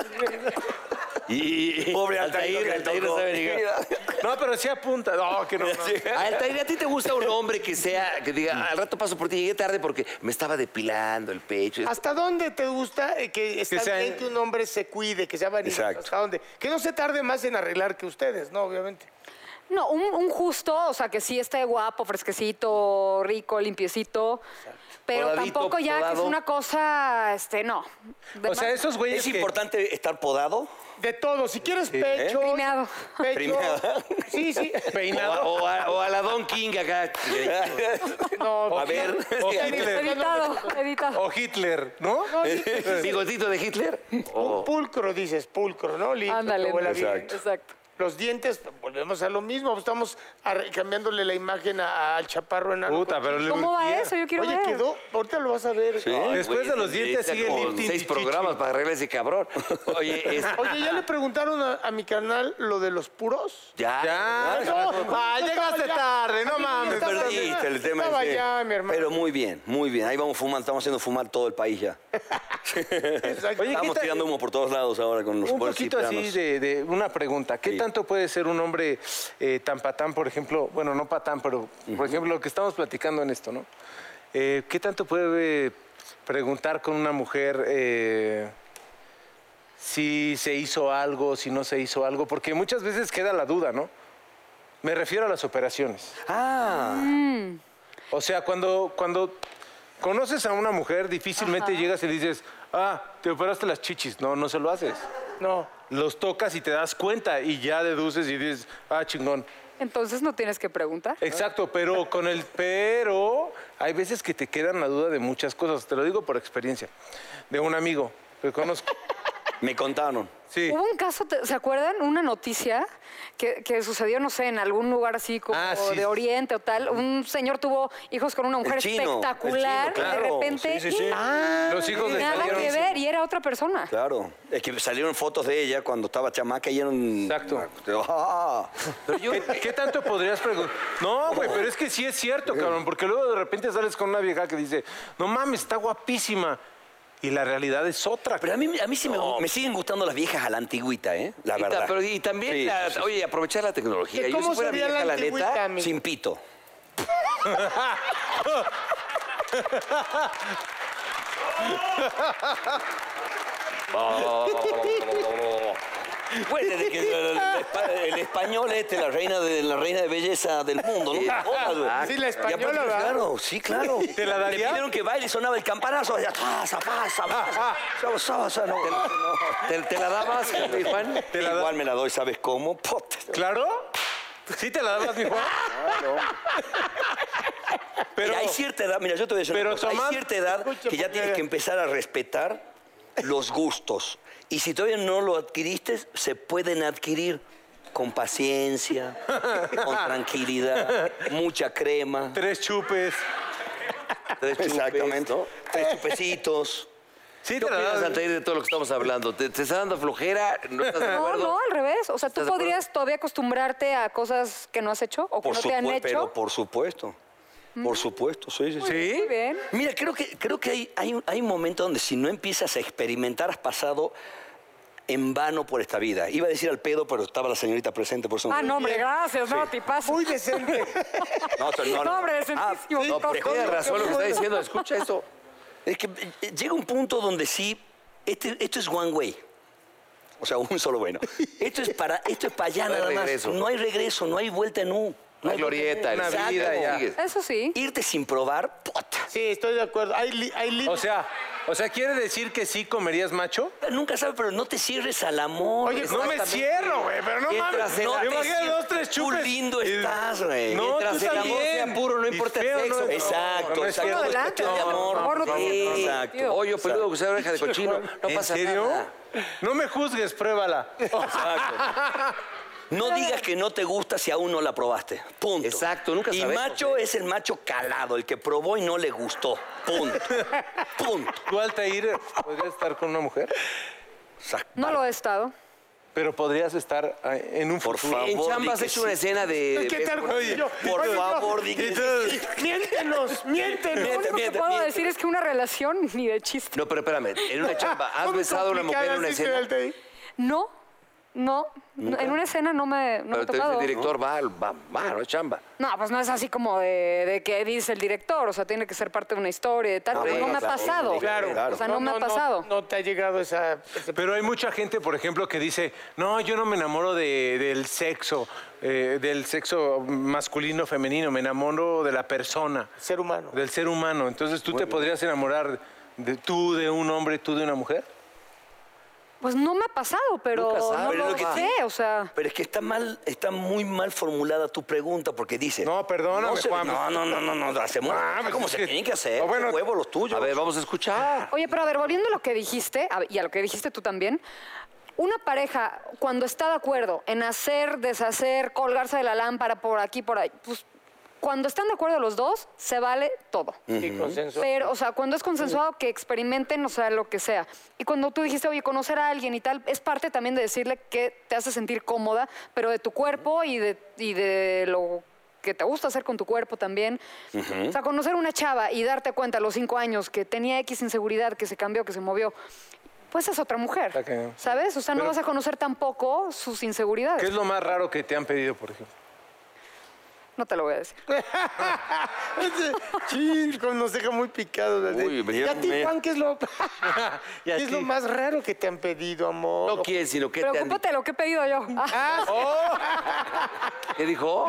S5: Y...
S1: Pobre Altair,
S5: Altair,
S1: que
S5: Altair
S1: tocó.
S5: no sabe ni qué.
S2: No, pero sí apunta. No, que no. no.
S5: Altair, ¿a ti te gusta un hombre que sea, que diga, al rato paso por ti, llegué tarde porque me estaba depilando el pecho?
S4: ¿Hasta dónde te gusta eh, que está
S2: Que sea-
S4: bien que un hombre se cuide, que sea vanidoso?
S1: Exacto.
S4: ¿Hasta dónde? Que no se tarde más en arreglar que ustedes, ¿no? Obviamente.
S7: No, un, un justo, o sea, que sí esté guapo, fresquecito, rico, limpiecito. Pero
S5: Podadito,
S7: tampoco ya que
S5: podado.
S7: es una cosa, este, no. De
S2: O sea,
S7: más-
S2: esos güeyes
S1: ¿Es
S2: que-
S1: importante estar podado?
S4: De todo. Si quieres
S2: ¿eh?
S4: pecho.
S7: Primeado.
S4: pecho-
S1: Primeado.
S4: Sí, sí.
S5: O a, o a- o a la Don King acá.
S4: No,
S1: A ver.
S2: O Hitler.
S7: Editado, editado.
S2: O Hitler, ¿no?
S5: Bigotito de Hitler.
S4: un pulcro, dices, pulcro, ¿no? Limpio,
S7: Ándale.
S4: que huela bien.
S7: Exacto. Exacto.
S4: Los dientes, volvemos a lo mismo. Estamos arre- cambiándole la imagen a- al chaparro en
S2: Puta, pero le
S7: ¿Cómo va
S2: urgía.
S7: eso? Yo quiero
S4: Oye,
S7: ver.
S4: quedó. Ahorita lo vas a ver. Ay.
S2: Después de los dientes
S5: necesita
S2: sigue el
S5: como
S2: lifting
S5: Seis
S2: chichichi.
S5: programas para arreglar ese cabrón. Oye, es-
S4: Oye, ¿ya le preguntaron a, a mi canal lo de los puros?
S5: ya.
S2: Ya,
S4: No,
S2: Ah,
S4: yo
S2: llegaste
S4: estaba ya-
S2: tarde, no
S4: Ay,
S2: mames.
S4: estaba
S2: perdón.
S4: ya-
S1: Perdiste el tema.
S4: Estaba
S1: ese.
S4: ya, mi hermano.
S1: Pero muy bien, muy bien. Ahí vamos fumando, estamos haciendo fumar todo el país ya.
S4: Exacto.
S2: Oye, ¿qué
S1: Estamos
S2: tal-
S1: tirando humo por todos lados ahora con los
S2: Un
S1: bolsos
S2: poquito así
S1: ciprianos.
S2: de, de una pregunta. ¿Qué
S1: Sí.
S2: tanto puede ser un hombre eh, tan patán, por ejemplo? Bueno, no patán, pero por ejemplo lo que estamos platicando en esto, ¿no? Eh, ¿Qué tanto puede preguntar con una mujer eh, si se hizo algo, si no se hizo algo? Porque muchas veces queda la duda, ¿no? Me refiero a las operaciones.
S1: Ah,
S2: O sea, cuando, cuando conoces a una mujer, difícilmente llegas y le dices, ah, te operaste las chichis. No, no se lo haces.
S4: No.
S2: Los tocas y te das cuenta y ya deduces y dices, ah, chingón.
S7: Entonces no tienes que
S2: Eh.
S7: preguntar.
S2: Exacto, pero con el pero hay veces que te quedan la duda de muchas cosas. Te lo digo por experiencia. De un amigo que conozco.
S1: me contaron.
S2: Sí.
S7: Hubo un caso, ¿te- ¿se acuerdan? Una noticia que, que sucedió, no sé, en algún lugar así como
S2: Ah, sí, sí.
S7: de Oriente o tal. Un señor tuvo hijos con una mujer
S1: El chino, el chino,
S7: espectacular. De
S1: claro.
S7: repente,
S1: Sí, sí, sí.
S7: ¡ah!
S2: Los hijos le
S7: nada
S2: salieron-
S7: que ver, y era otra persona.
S1: Claro. Es que salieron fotos de ella cuando estaba chamaca y eran...
S2: Exacto.
S1: Ah.
S2: ¿Qué, qué tanto podrías preguntar? No, güey, pero es que sí es cierto, cabrón, porque luego de repente sales con una vieja que dice, no mames, está guapísima. Y la realidad es otra.
S1: Pero a mí, a mí sí me, me siguen gustando las viejas a la antigüita, ¿eh? La
S5: Y, ta-
S1: verdad.
S5: pero- y también,
S1: Sí,
S5: la- oye, aprovechar la tecnología.
S4: ¿Que
S5: Yo
S4: ¿Cómo
S5: si fuera
S4: sería
S5: vieja,
S4: la
S5: la neta,
S4: antigüita, mi-
S1: Sin pito. Pues desde que el, el- el- el español este, la reina de la reina de belleza del mundo, ¿no? Jodas, güey.
S4: Sí, la
S1: Y
S4: española, ¿verdad?
S1: Claro, sí, claro.
S2: ¿Te la daría?
S1: Le pidieron que baile y sonaba el campanazo. Ya, pasa, pasa, pasa. Pasa, pasa, no.
S5: ¿Te, te la dabas, mi Juan?
S2: ¿Te la da-
S1: Igual me la doy, ¿sabes cómo? Puta.
S2: ¿Claro? ¿Sí te la dabas, mi Juan? Pero,
S1: Mira, hay cierta edad, mira, yo te voy a decir, una
S2: pero
S1: cosa,
S2: Tomás-
S1: hay cierta edad
S2: Escucha,
S1: que ya
S2: porque-
S1: tienes que empezar a respetar los gustos. Y si todavía no lo adquiriste, se pueden adquirir con paciencia, con tranquilidad, mucha crema,
S2: tres chupes.
S1: tres chupes,
S5: Exactamente.
S1: ¿no? tres chupecitos.
S2: ¿Sí
S5: ¿Qué
S2: te la
S5: opinas,
S2: dabas?
S5: Altair, de todo lo que estamos hablando? ¿Te, te está dando flojera? ¿No estás de
S7: No,
S5: acuerdo?
S7: no, al revés. O sea, tú
S5: ¿Estás de acuerdo?
S7: podrías todavía acostumbrarte a cosas que no has hecho o que
S1: Por
S7: no te han
S1: supue-
S7: hecho. Mm.
S1: pero por supuesto, por supuesto, sí, sí, sí.
S2: ¿Sí?
S7: Muy bien.
S1: Mira, creo que, creo que hay, hay, un- hay un momento donde si no empiezas a experimentar, has pasado en vano por esta vida. Iba a decir al pedo, pero estaba la señorita presente, por eso...
S7: Ah, no, hombre, gracias. No, te pasa.
S4: Muy decente.
S1: No, pero no, no.
S7: No, hombre,
S1: Ah,
S7: decentísimo.
S5: No, pero
S7: Costo.
S5: tienes razón lo que está diciendo. Escucha esto.
S1: es que eh, llega un punto donde sí, este, esto es one way. O sea, un solo bueno. Esto es para, esto es para allá
S5: No hay
S1: nada más.
S5: regreso.
S1: No hay regreso, no hay vuelta en U.
S5: No hay glorieta,
S1: vuelta en U.
S5: la vida
S1: Exacto.
S5: ya. Sigues.
S7: Eso sí.
S1: Irte sin probar, puta.
S4: Sí, estoy de acuerdo. Hay, li- hay límites.
S2: O sea, o sea, ¿quiere decir que sí comerías macho?
S1: Nunca sabes, pero no te cierres al amor.
S4: Oye,
S2: No me
S4: Exactamente.
S2: cierro, güey, pero no
S1: Mientras
S2: mames.
S1: el-
S2: No,
S1: no
S2: me
S1: te
S2: imagino
S1: sientes-
S2: dos, tres
S1: tú
S2: chupes.
S1: lindo estás, güey.
S2: No,
S5: Mientras
S2: tú
S5: el amor
S2: también.
S5: sea puro, no
S2: Y
S5: importa el
S2: feo,
S5: sexo.
S2: no es-
S1: Exacto,
S2: no, no es
S1: exacto.
S2: cierto.
S1: es cuestión de
S7: No,
S1: amor.
S7: amor no tiene
S1: Sí,
S7: sentido.
S1: exacto.
S5: Oye, peludo que sea oreja de cochino. No
S2: ¿En
S5: pasa
S2: serio?
S5: nada.
S2: No me juzgues, pruébala.
S1: No digas que no te gusta si aún no la probaste. Punto.
S5: Exacto, nunca
S1: Y
S5: sabemos,
S1: macho es el macho calado, el que probó y no le gustó. Punto. Punto.
S2: ¿Tú, Altair, podrías estar con una mujer?
S7: No lo he estado.
S2: Pero podrías estar ah, en un
S1: Por
S2: futuro.
S1: favor.
S5: En Chamba has
S1: di que
S5: hecho una escena de...
S4: ¿Qué tal,
S5: de-
S4: güey? Yo-
S1: Eh, Por
S4: Oye, no,
S1: favor, di que-
S2: Entonces,
S4: Miéntenos, miéntenos.
S7: Lo único que
S1: miente,
S7: puedo
S1: miente.
S7: decir es que una relación ni de chiste.
S5: No, pero espérame. En una chamba, ¿has
S4: Muy
S5: besado a una mujer en
S4: complicada,
S5: una
S4: sí, señor
S5: escena?
S4: Altair.
S7: No, no. no, En una escena no me, no me
S5: Pero
S7: ha
S5: entonces
S7: tocado.
S5: el director va, al- va, va, no es chamba.
S7: No, pues no es así como de, de que dice el director. O sea, tiene que ser parte de una historia y tal.
S1: Ah,
S7: pero no
S1: bueno,
S7: me ha
S1: claro,
S7: pasado.
S1: claro.
S7: O sea, no, me ha pasado.
S4: No, te ha llegado esa. ese-
S2: Pero hay mucha gente, por ejemplo, que dice, no, yo no me enamoro de- del sexo, eh, del sexo masculino, femenino, me enamoro de la persona,
S4: Ser humano.
S2: del ser humano. Entonces, ¿tú te podrías enamorar de, tú de un hombre, tú de una mujer?
S7: Pues no me ha pasado, pero
S5: Nunca
S7: no
S5: sabes
S7: lo
S1: lo que
S7: sé.
S1: tiene.
S7: O sea,
S1: Pero es que está mal, está muy mal formulada tu pregunta porque dice.
S2: No, perdóname,
S1: no se-
S2: Juan.
S1: No, no, no, no, no, hacemos
S2: Ah, pues
S1: como
S2: es
S1: se
S2: que-
S1: tienen que hacer.
S2: Ah, bueno.
S1: huevo los tuyos.
S5: A ver, vamos a escuchar.
S7: oye, pero a ver, volviendo a lo que dijiste a- y a lo que dijiste tú también. Una pareja, cuando está de acuerdo en hacer, deshacer, colgarse de la lámpara por aquí, por ahí, pues cuando están de acuerdo los dos, se vale todo.
S4: Sí, consenso.
S7: Pero, o sea, cuando es consensuado, que experimenten, o sea, lo que sea. Y cuando tú dijiste, oye, conocer a alguien y tal, es parte también de decirle que te hace sentir cómoda, pero de tu cuerpo y de, y de lo que te gusta hacer con tu cuerpo también. O sea, conocer una chava y darte cuenta a los cinco años que tenía X inseguridad, que se cambió, que se movió, pues es otra mujer,
S2: Está cañón.
S7: ¿sabes? O sea, no vas a conocer tampoco sus inseguridades.
S2: ¿Qué es lo más raro que te han pedido, por ejemplo?
S7: No te lo voy a decir.
S4: Ese- Chin, con- nos deja muy picados. ¿verdad?
S1: Uy, me-
S4: ¿Y a ti,
S1: me-
S4: Juan, qué es lo,
S2: ¿Y a
S4: qué es
S2: ti?
S4: lo más raro que te han pedido, amor?
S5: No quién, sino qué te han
S7: Preocúpate de lo que he pedido yo. Ah,
S5: ¿Qué dijo?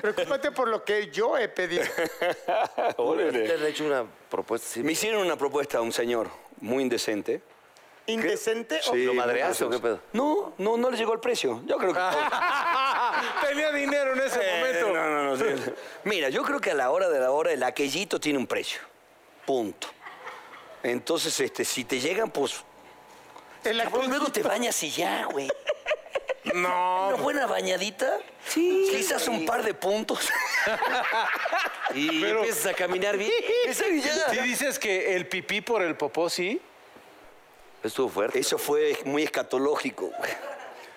S4: Preocúpate por lo que yo he pedido.
S5: Te han hecho una propuesta
S1: Me
S5: así.
S1: hicieron una propuesta a un señor muy indecente.
S4: ¿Indecente o
S5: ¿Lo madreaste o
S1: madreazo,
S5: qué pedo?
S1: No, no, no le llegó el precio. Yo creo que.
S5: Ah,
S2: Tenía dinero en ese
S1: Eh,
S2: momento.
S1: No, no, no. sí. Mira, yo creo que a la hora de la hora el aquellito tiene un precio. Punto. Entonces, este, si te llegan, pues.
S4: el
S1: cabrón, luego te bañas y ya, güey.
S2: No.
S1: Una buena bañadita. Sí. Quizás un par de puntos.
S5: Y empiezas a caminar bien.
S1: Esa y ya.
S2: Si dices que el pipí por el popó, sí.
S5: Estuvo fuerte.
S1: Eso fue muy escatológico. güey.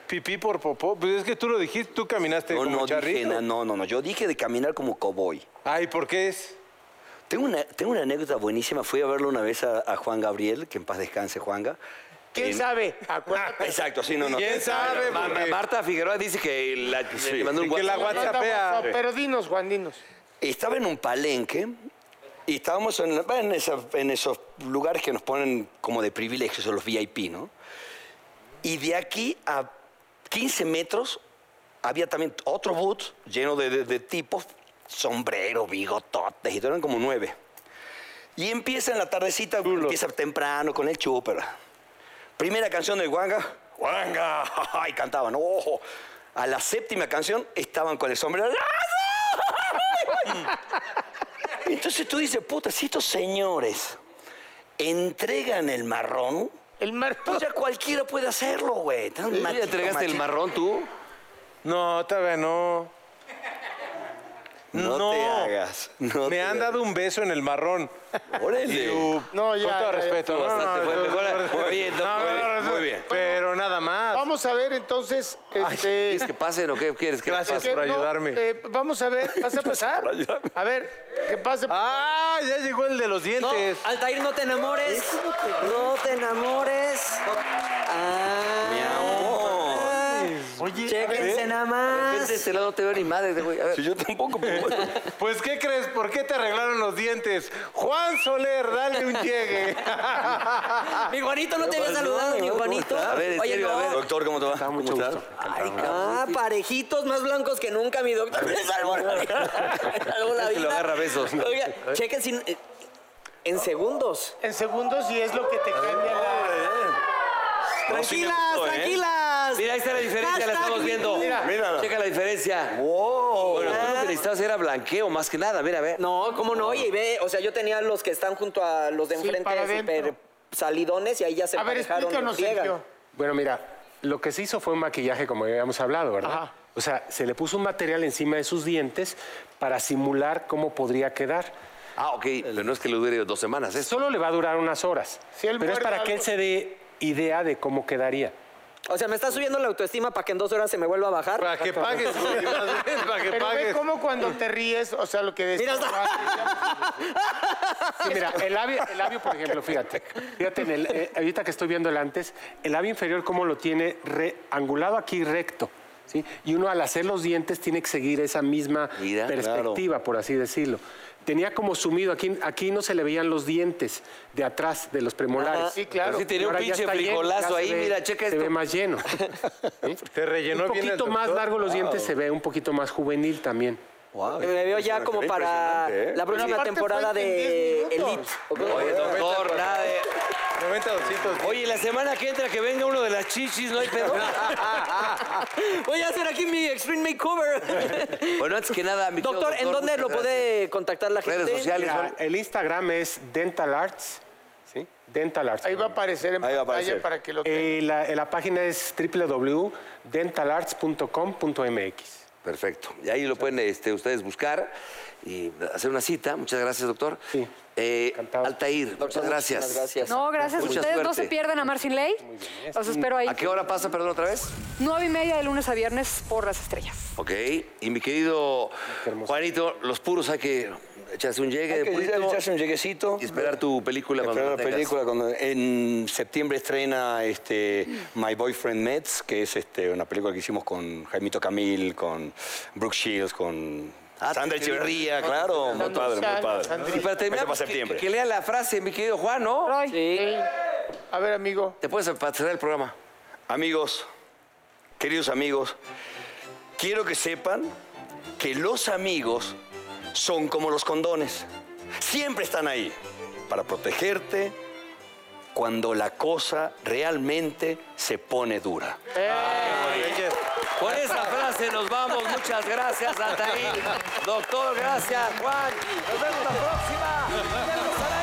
S2: Pipí por popó. Pues es que tú lo dijiste, tú caminaste
S1: No,
S2: como
S1: no dije
S2: charrito.
S1: nada. No, no, no. Yo dije de caminar como cowboy.
S2: Ay, ¿por qué es?
S1: Tengo una, tengo una anécdota buenísima. Fui a verlo una vez a, a Juan Gabriel, que en paz descanse, Juanga.
S4: ¿Quién
S1: En-
S4: sabe?
S5: Ah,
S4: Acuérdate.
S1: Exacto, sí, no, no.
S2: ¿Quién sabe?
S5: Ma- Ma-
S2: porque-
S5: Marta Figueroa dice que la, le mandó un
S2: que la
S5: WhatsApp. eh.
S2: whatsappea.
S4: Pero dinos, Juan, dinos.
S1: Estaba en un palenque y estábamos en, la- en esa- en esos lugares que nos ponen como de privilegios, o los VIP, ¿no? Y de aquí a 15 metros había también otro boot lleno de, de- de tipos, sombreros, bigototes, y todo, eran como nueve. Y empieza en la tardecita, empieza temprano con el chúpera. Primera canción del Huanga, Huanga, y cantaban, ojo. A la séptima canción estaban con el sombrero. Entonces tú dices, puta, si estos señores entregan el marrón,
S4: El mar.
S1: pues ya cualquiera puede hacerlo, güey. Tan
S5: ¿Tú
S1: machito,
S5: ya entregaste el
S1: machito.
S5: marrón tú?
S2: No, todavía no.
S1: No, te hagas. No
S2: Me
S1: te
S2: han
S1: hagas.
S2: dado un beso en el marrón.
S1: Órale.
S2: Digo,
S4: No, ya,
S2: Con todo
S4: ya,
S2: respeto.
S5: ya.
S2: no, no,
S5: Bastante, fue
S2: no,
S5: mejor.
S2: no,
S5: Muy bien,
S2: no,
S5: muy bien,
S2: no, no,
S5: muy bien.
S2: Pero nada más.
S4: Vamos a ver entonces. Este,
S5: ¿Quieres que pasen o qué quieres que
S2: Gracias.
S5: pase?
S4: que
S2: por ayudarme.
S4: eh, vamos a ver, vas a pasar. A ver, que pase.
S2: Ah, ya llegó el de los
S3: No,
S2: dientes.
S3: Altair, no te enamores. No te enamores. Ah,
S5: Mi amor. ¿Eh?
S4: Oye,
S3: Chéquense nada
S5: De repente
S3: más.
S5: de este lado no te veo ni madre, güey. A ver.
S1: Si yo tampoco. pero bueno.
S2: Pues, ¿qué crees? ¿Por qué te arreglaron los dientes? Juan Soler, dale un llegue.
S3: Mi Juanito no te había
S1: pasó,
S3: saludado, mi
S1: no?
S3: Juanito.
S5: A ver, en
S3: Oye,
S5: serio,
S3: no.
S5: a ver.
S1: Doctor, ¿cómo te va? ¿Cómo
S6: mucho
S1: estás?
S6: gusto.
S3: Ay, ah, parejitos más blancos que nunca, mi doctor. Me salvó la vida. Me salvó la
S5: Es que Este lo
S3: vida.
S5: agarra a besos.
S3: Oiga, chequen sin. eh, En segundos.
S4: en segundos y es lo que te cambia la.
S3: Tranquilas,
S1: gustó, ¿eh?
S3: tranquilas.
S5: Mira, ahí está la diferencia, la
S3: Hashtag
S5: estamos viendo.
S3: mira.
S1: Mírala.
S5: Checa la diferencia.
S1: ¡Wow!
S5: Bueno, tú lo que necesitabas era blanqueo, más que nada, mira, ve.
S3: No, cómo no, y ve, o sea, yo tenía los que están junto a los de
S4: Sí,
S3: enfrente
S4: para
S3: super
S4: adentro.
S3: salidones y ahí ya se
S4: A ver,
S3: emparejaron en
S4: explícanos,
S3: friega.
S4: Sergio.
S6: Bueno, mira, lo que se hizo fue un maquillaje, como ya habíamos hablado, ¿verdad?
S4: Ajá.
S6: O sea, se le puso un material encima de sus dientes para simular cómo podría quedar.
S5: Ah, ok, pero no es que le dure dos semanas, ¿eh?
S6: Solo le va a durar unas horas.
S4: Si él
S6: pero es
S4: muerde
S6: para que él
S4: algo.
S6: se dé idea de cómo quedaría.
S3: O sea, me está subiendo la autoestima para que en dos horas se me vuelva a bajar.
S2: Para que pagues, güey, más bien, para que
S4: Pero ve
S2: pagues.
S4: cómo cuando te ríes, o sea, lo que decías.
S6: Sí, mira, el labio, el labio, por ejemplo, fíjate. Fíjate, en el, eh, ahorita que estoy viendo el antes, el labio inferior como lo tiene re- angulado aquí recto. ¿sí? Y uno al hacer los dientes tiene que seguir esa misma
S5: Mira,
S6: perspectiva, por así decirlo. Tenía como sumido, aquí, aquí no se le veían los dientes de atrás de los premolares.
S4: sí, claro.
S5: Sí, tenía un
S6: Ah, Ahora ya
S5: pinche
S6: está lleno, ya
S5: frijolazo
S6: se
S5: ahí,
S6: ve-
S5: mira, checa
S6: Se ve
S5: esto.
S6: más lleno.
S2: Te rellenó
S6: un
S2: bien el
S6: poquito más
S2: doctor.
S6: largo los dientes, se ve un poquito más juvenil también.
S1: Wow.
S3: Ah, Me veo ya como para
S1: Impresionante, ¿eh?
S3: la próxima
S4: aparte
S3: temporada
S4: fue en
S3: de
S4: 10 minutos.
S3: Elite. ¿o cómo?
S5: Oye, doctor, nada de...
S2: 90, 200.
S5: Oye, la semana que entra que venga uno de las chichis, ¿no hay pedo?
S3: Voy a hacer aquí mi Extreme Makeover.
S5: bueno, antes que nada, mi querido
S3: doctor, ¿en dónde
S5: muchas
S3: lo
S5: gracias.
S3: puede contactar la gente?
S5: Redes sociales.
S6: Mira,
S5: ¿no?
S6: el Instagram es Dental Arts. ¿sí? Dental Arts.
S4: Ahí va a aparecer en
S1: Ahí va a
S4: pantalla
S1: aparecer.
S4: para que lo tengas.
S6: Eh, la, eh, la página es www.dentalarts.com.mx.
S5: Perfecto. Y ahí lo pueden este, ustedes buscar y hacer una cita. Muchas gracias, doctor.
S6: Sí.
S5: Eh,
S6: Encantado.
S5: Altair, muchas gracias.
S3: Muchas gracias.
S7: No, gracias.
S5: Mucha
S7: Ustedes no
S5: suerte.
S7: se pierdan a Marcin Ley. Los espero ahí.
S5: ¿A qué hora pasa, perdón, otra vez?
S7: Nueve y media de lunes a viernes por las estrellas.
S5: Ok. Y mi querido Juanito, los puros hay que echarse un llegue.
S1: Hay
S5: de
S1: que
S5: purito.
S1: echarse un lleguecito.
S5: Y esperar tu película cuando
S1: Esperar la
S5: la tengas.
S1: película cuando- en septiembre estrena este My Boyfriend Mets, que es este, una película que hicimos con Jaimito Camil, con Brooke Shields, con
S5: Ah,
S1: Sandra
S5: sí, sí.
S1: Echeverría, claro, muy padre, muy padre.
S5: Y para terminar,
S1: Eso para
S5: pues, que,
S1: septiembre.
S5: que lea la frase, mi querido Juan, ¿no?
S7: Roy.
S3: Sí.
S4: A ver, amigo.
S5: Te puedes pasar el programa.
S1: Amigos, queridos amigos, quiero que sepan que los amigos son como los condones. Siempre están ahí para protegerte cuando la cosa realmente se pone dura.
S5: Con esa frase nos vamos. Muchas gracias, Altair. Doctor, gracias, Juan. Nos vemos la próxima. Nos vemos, Sara.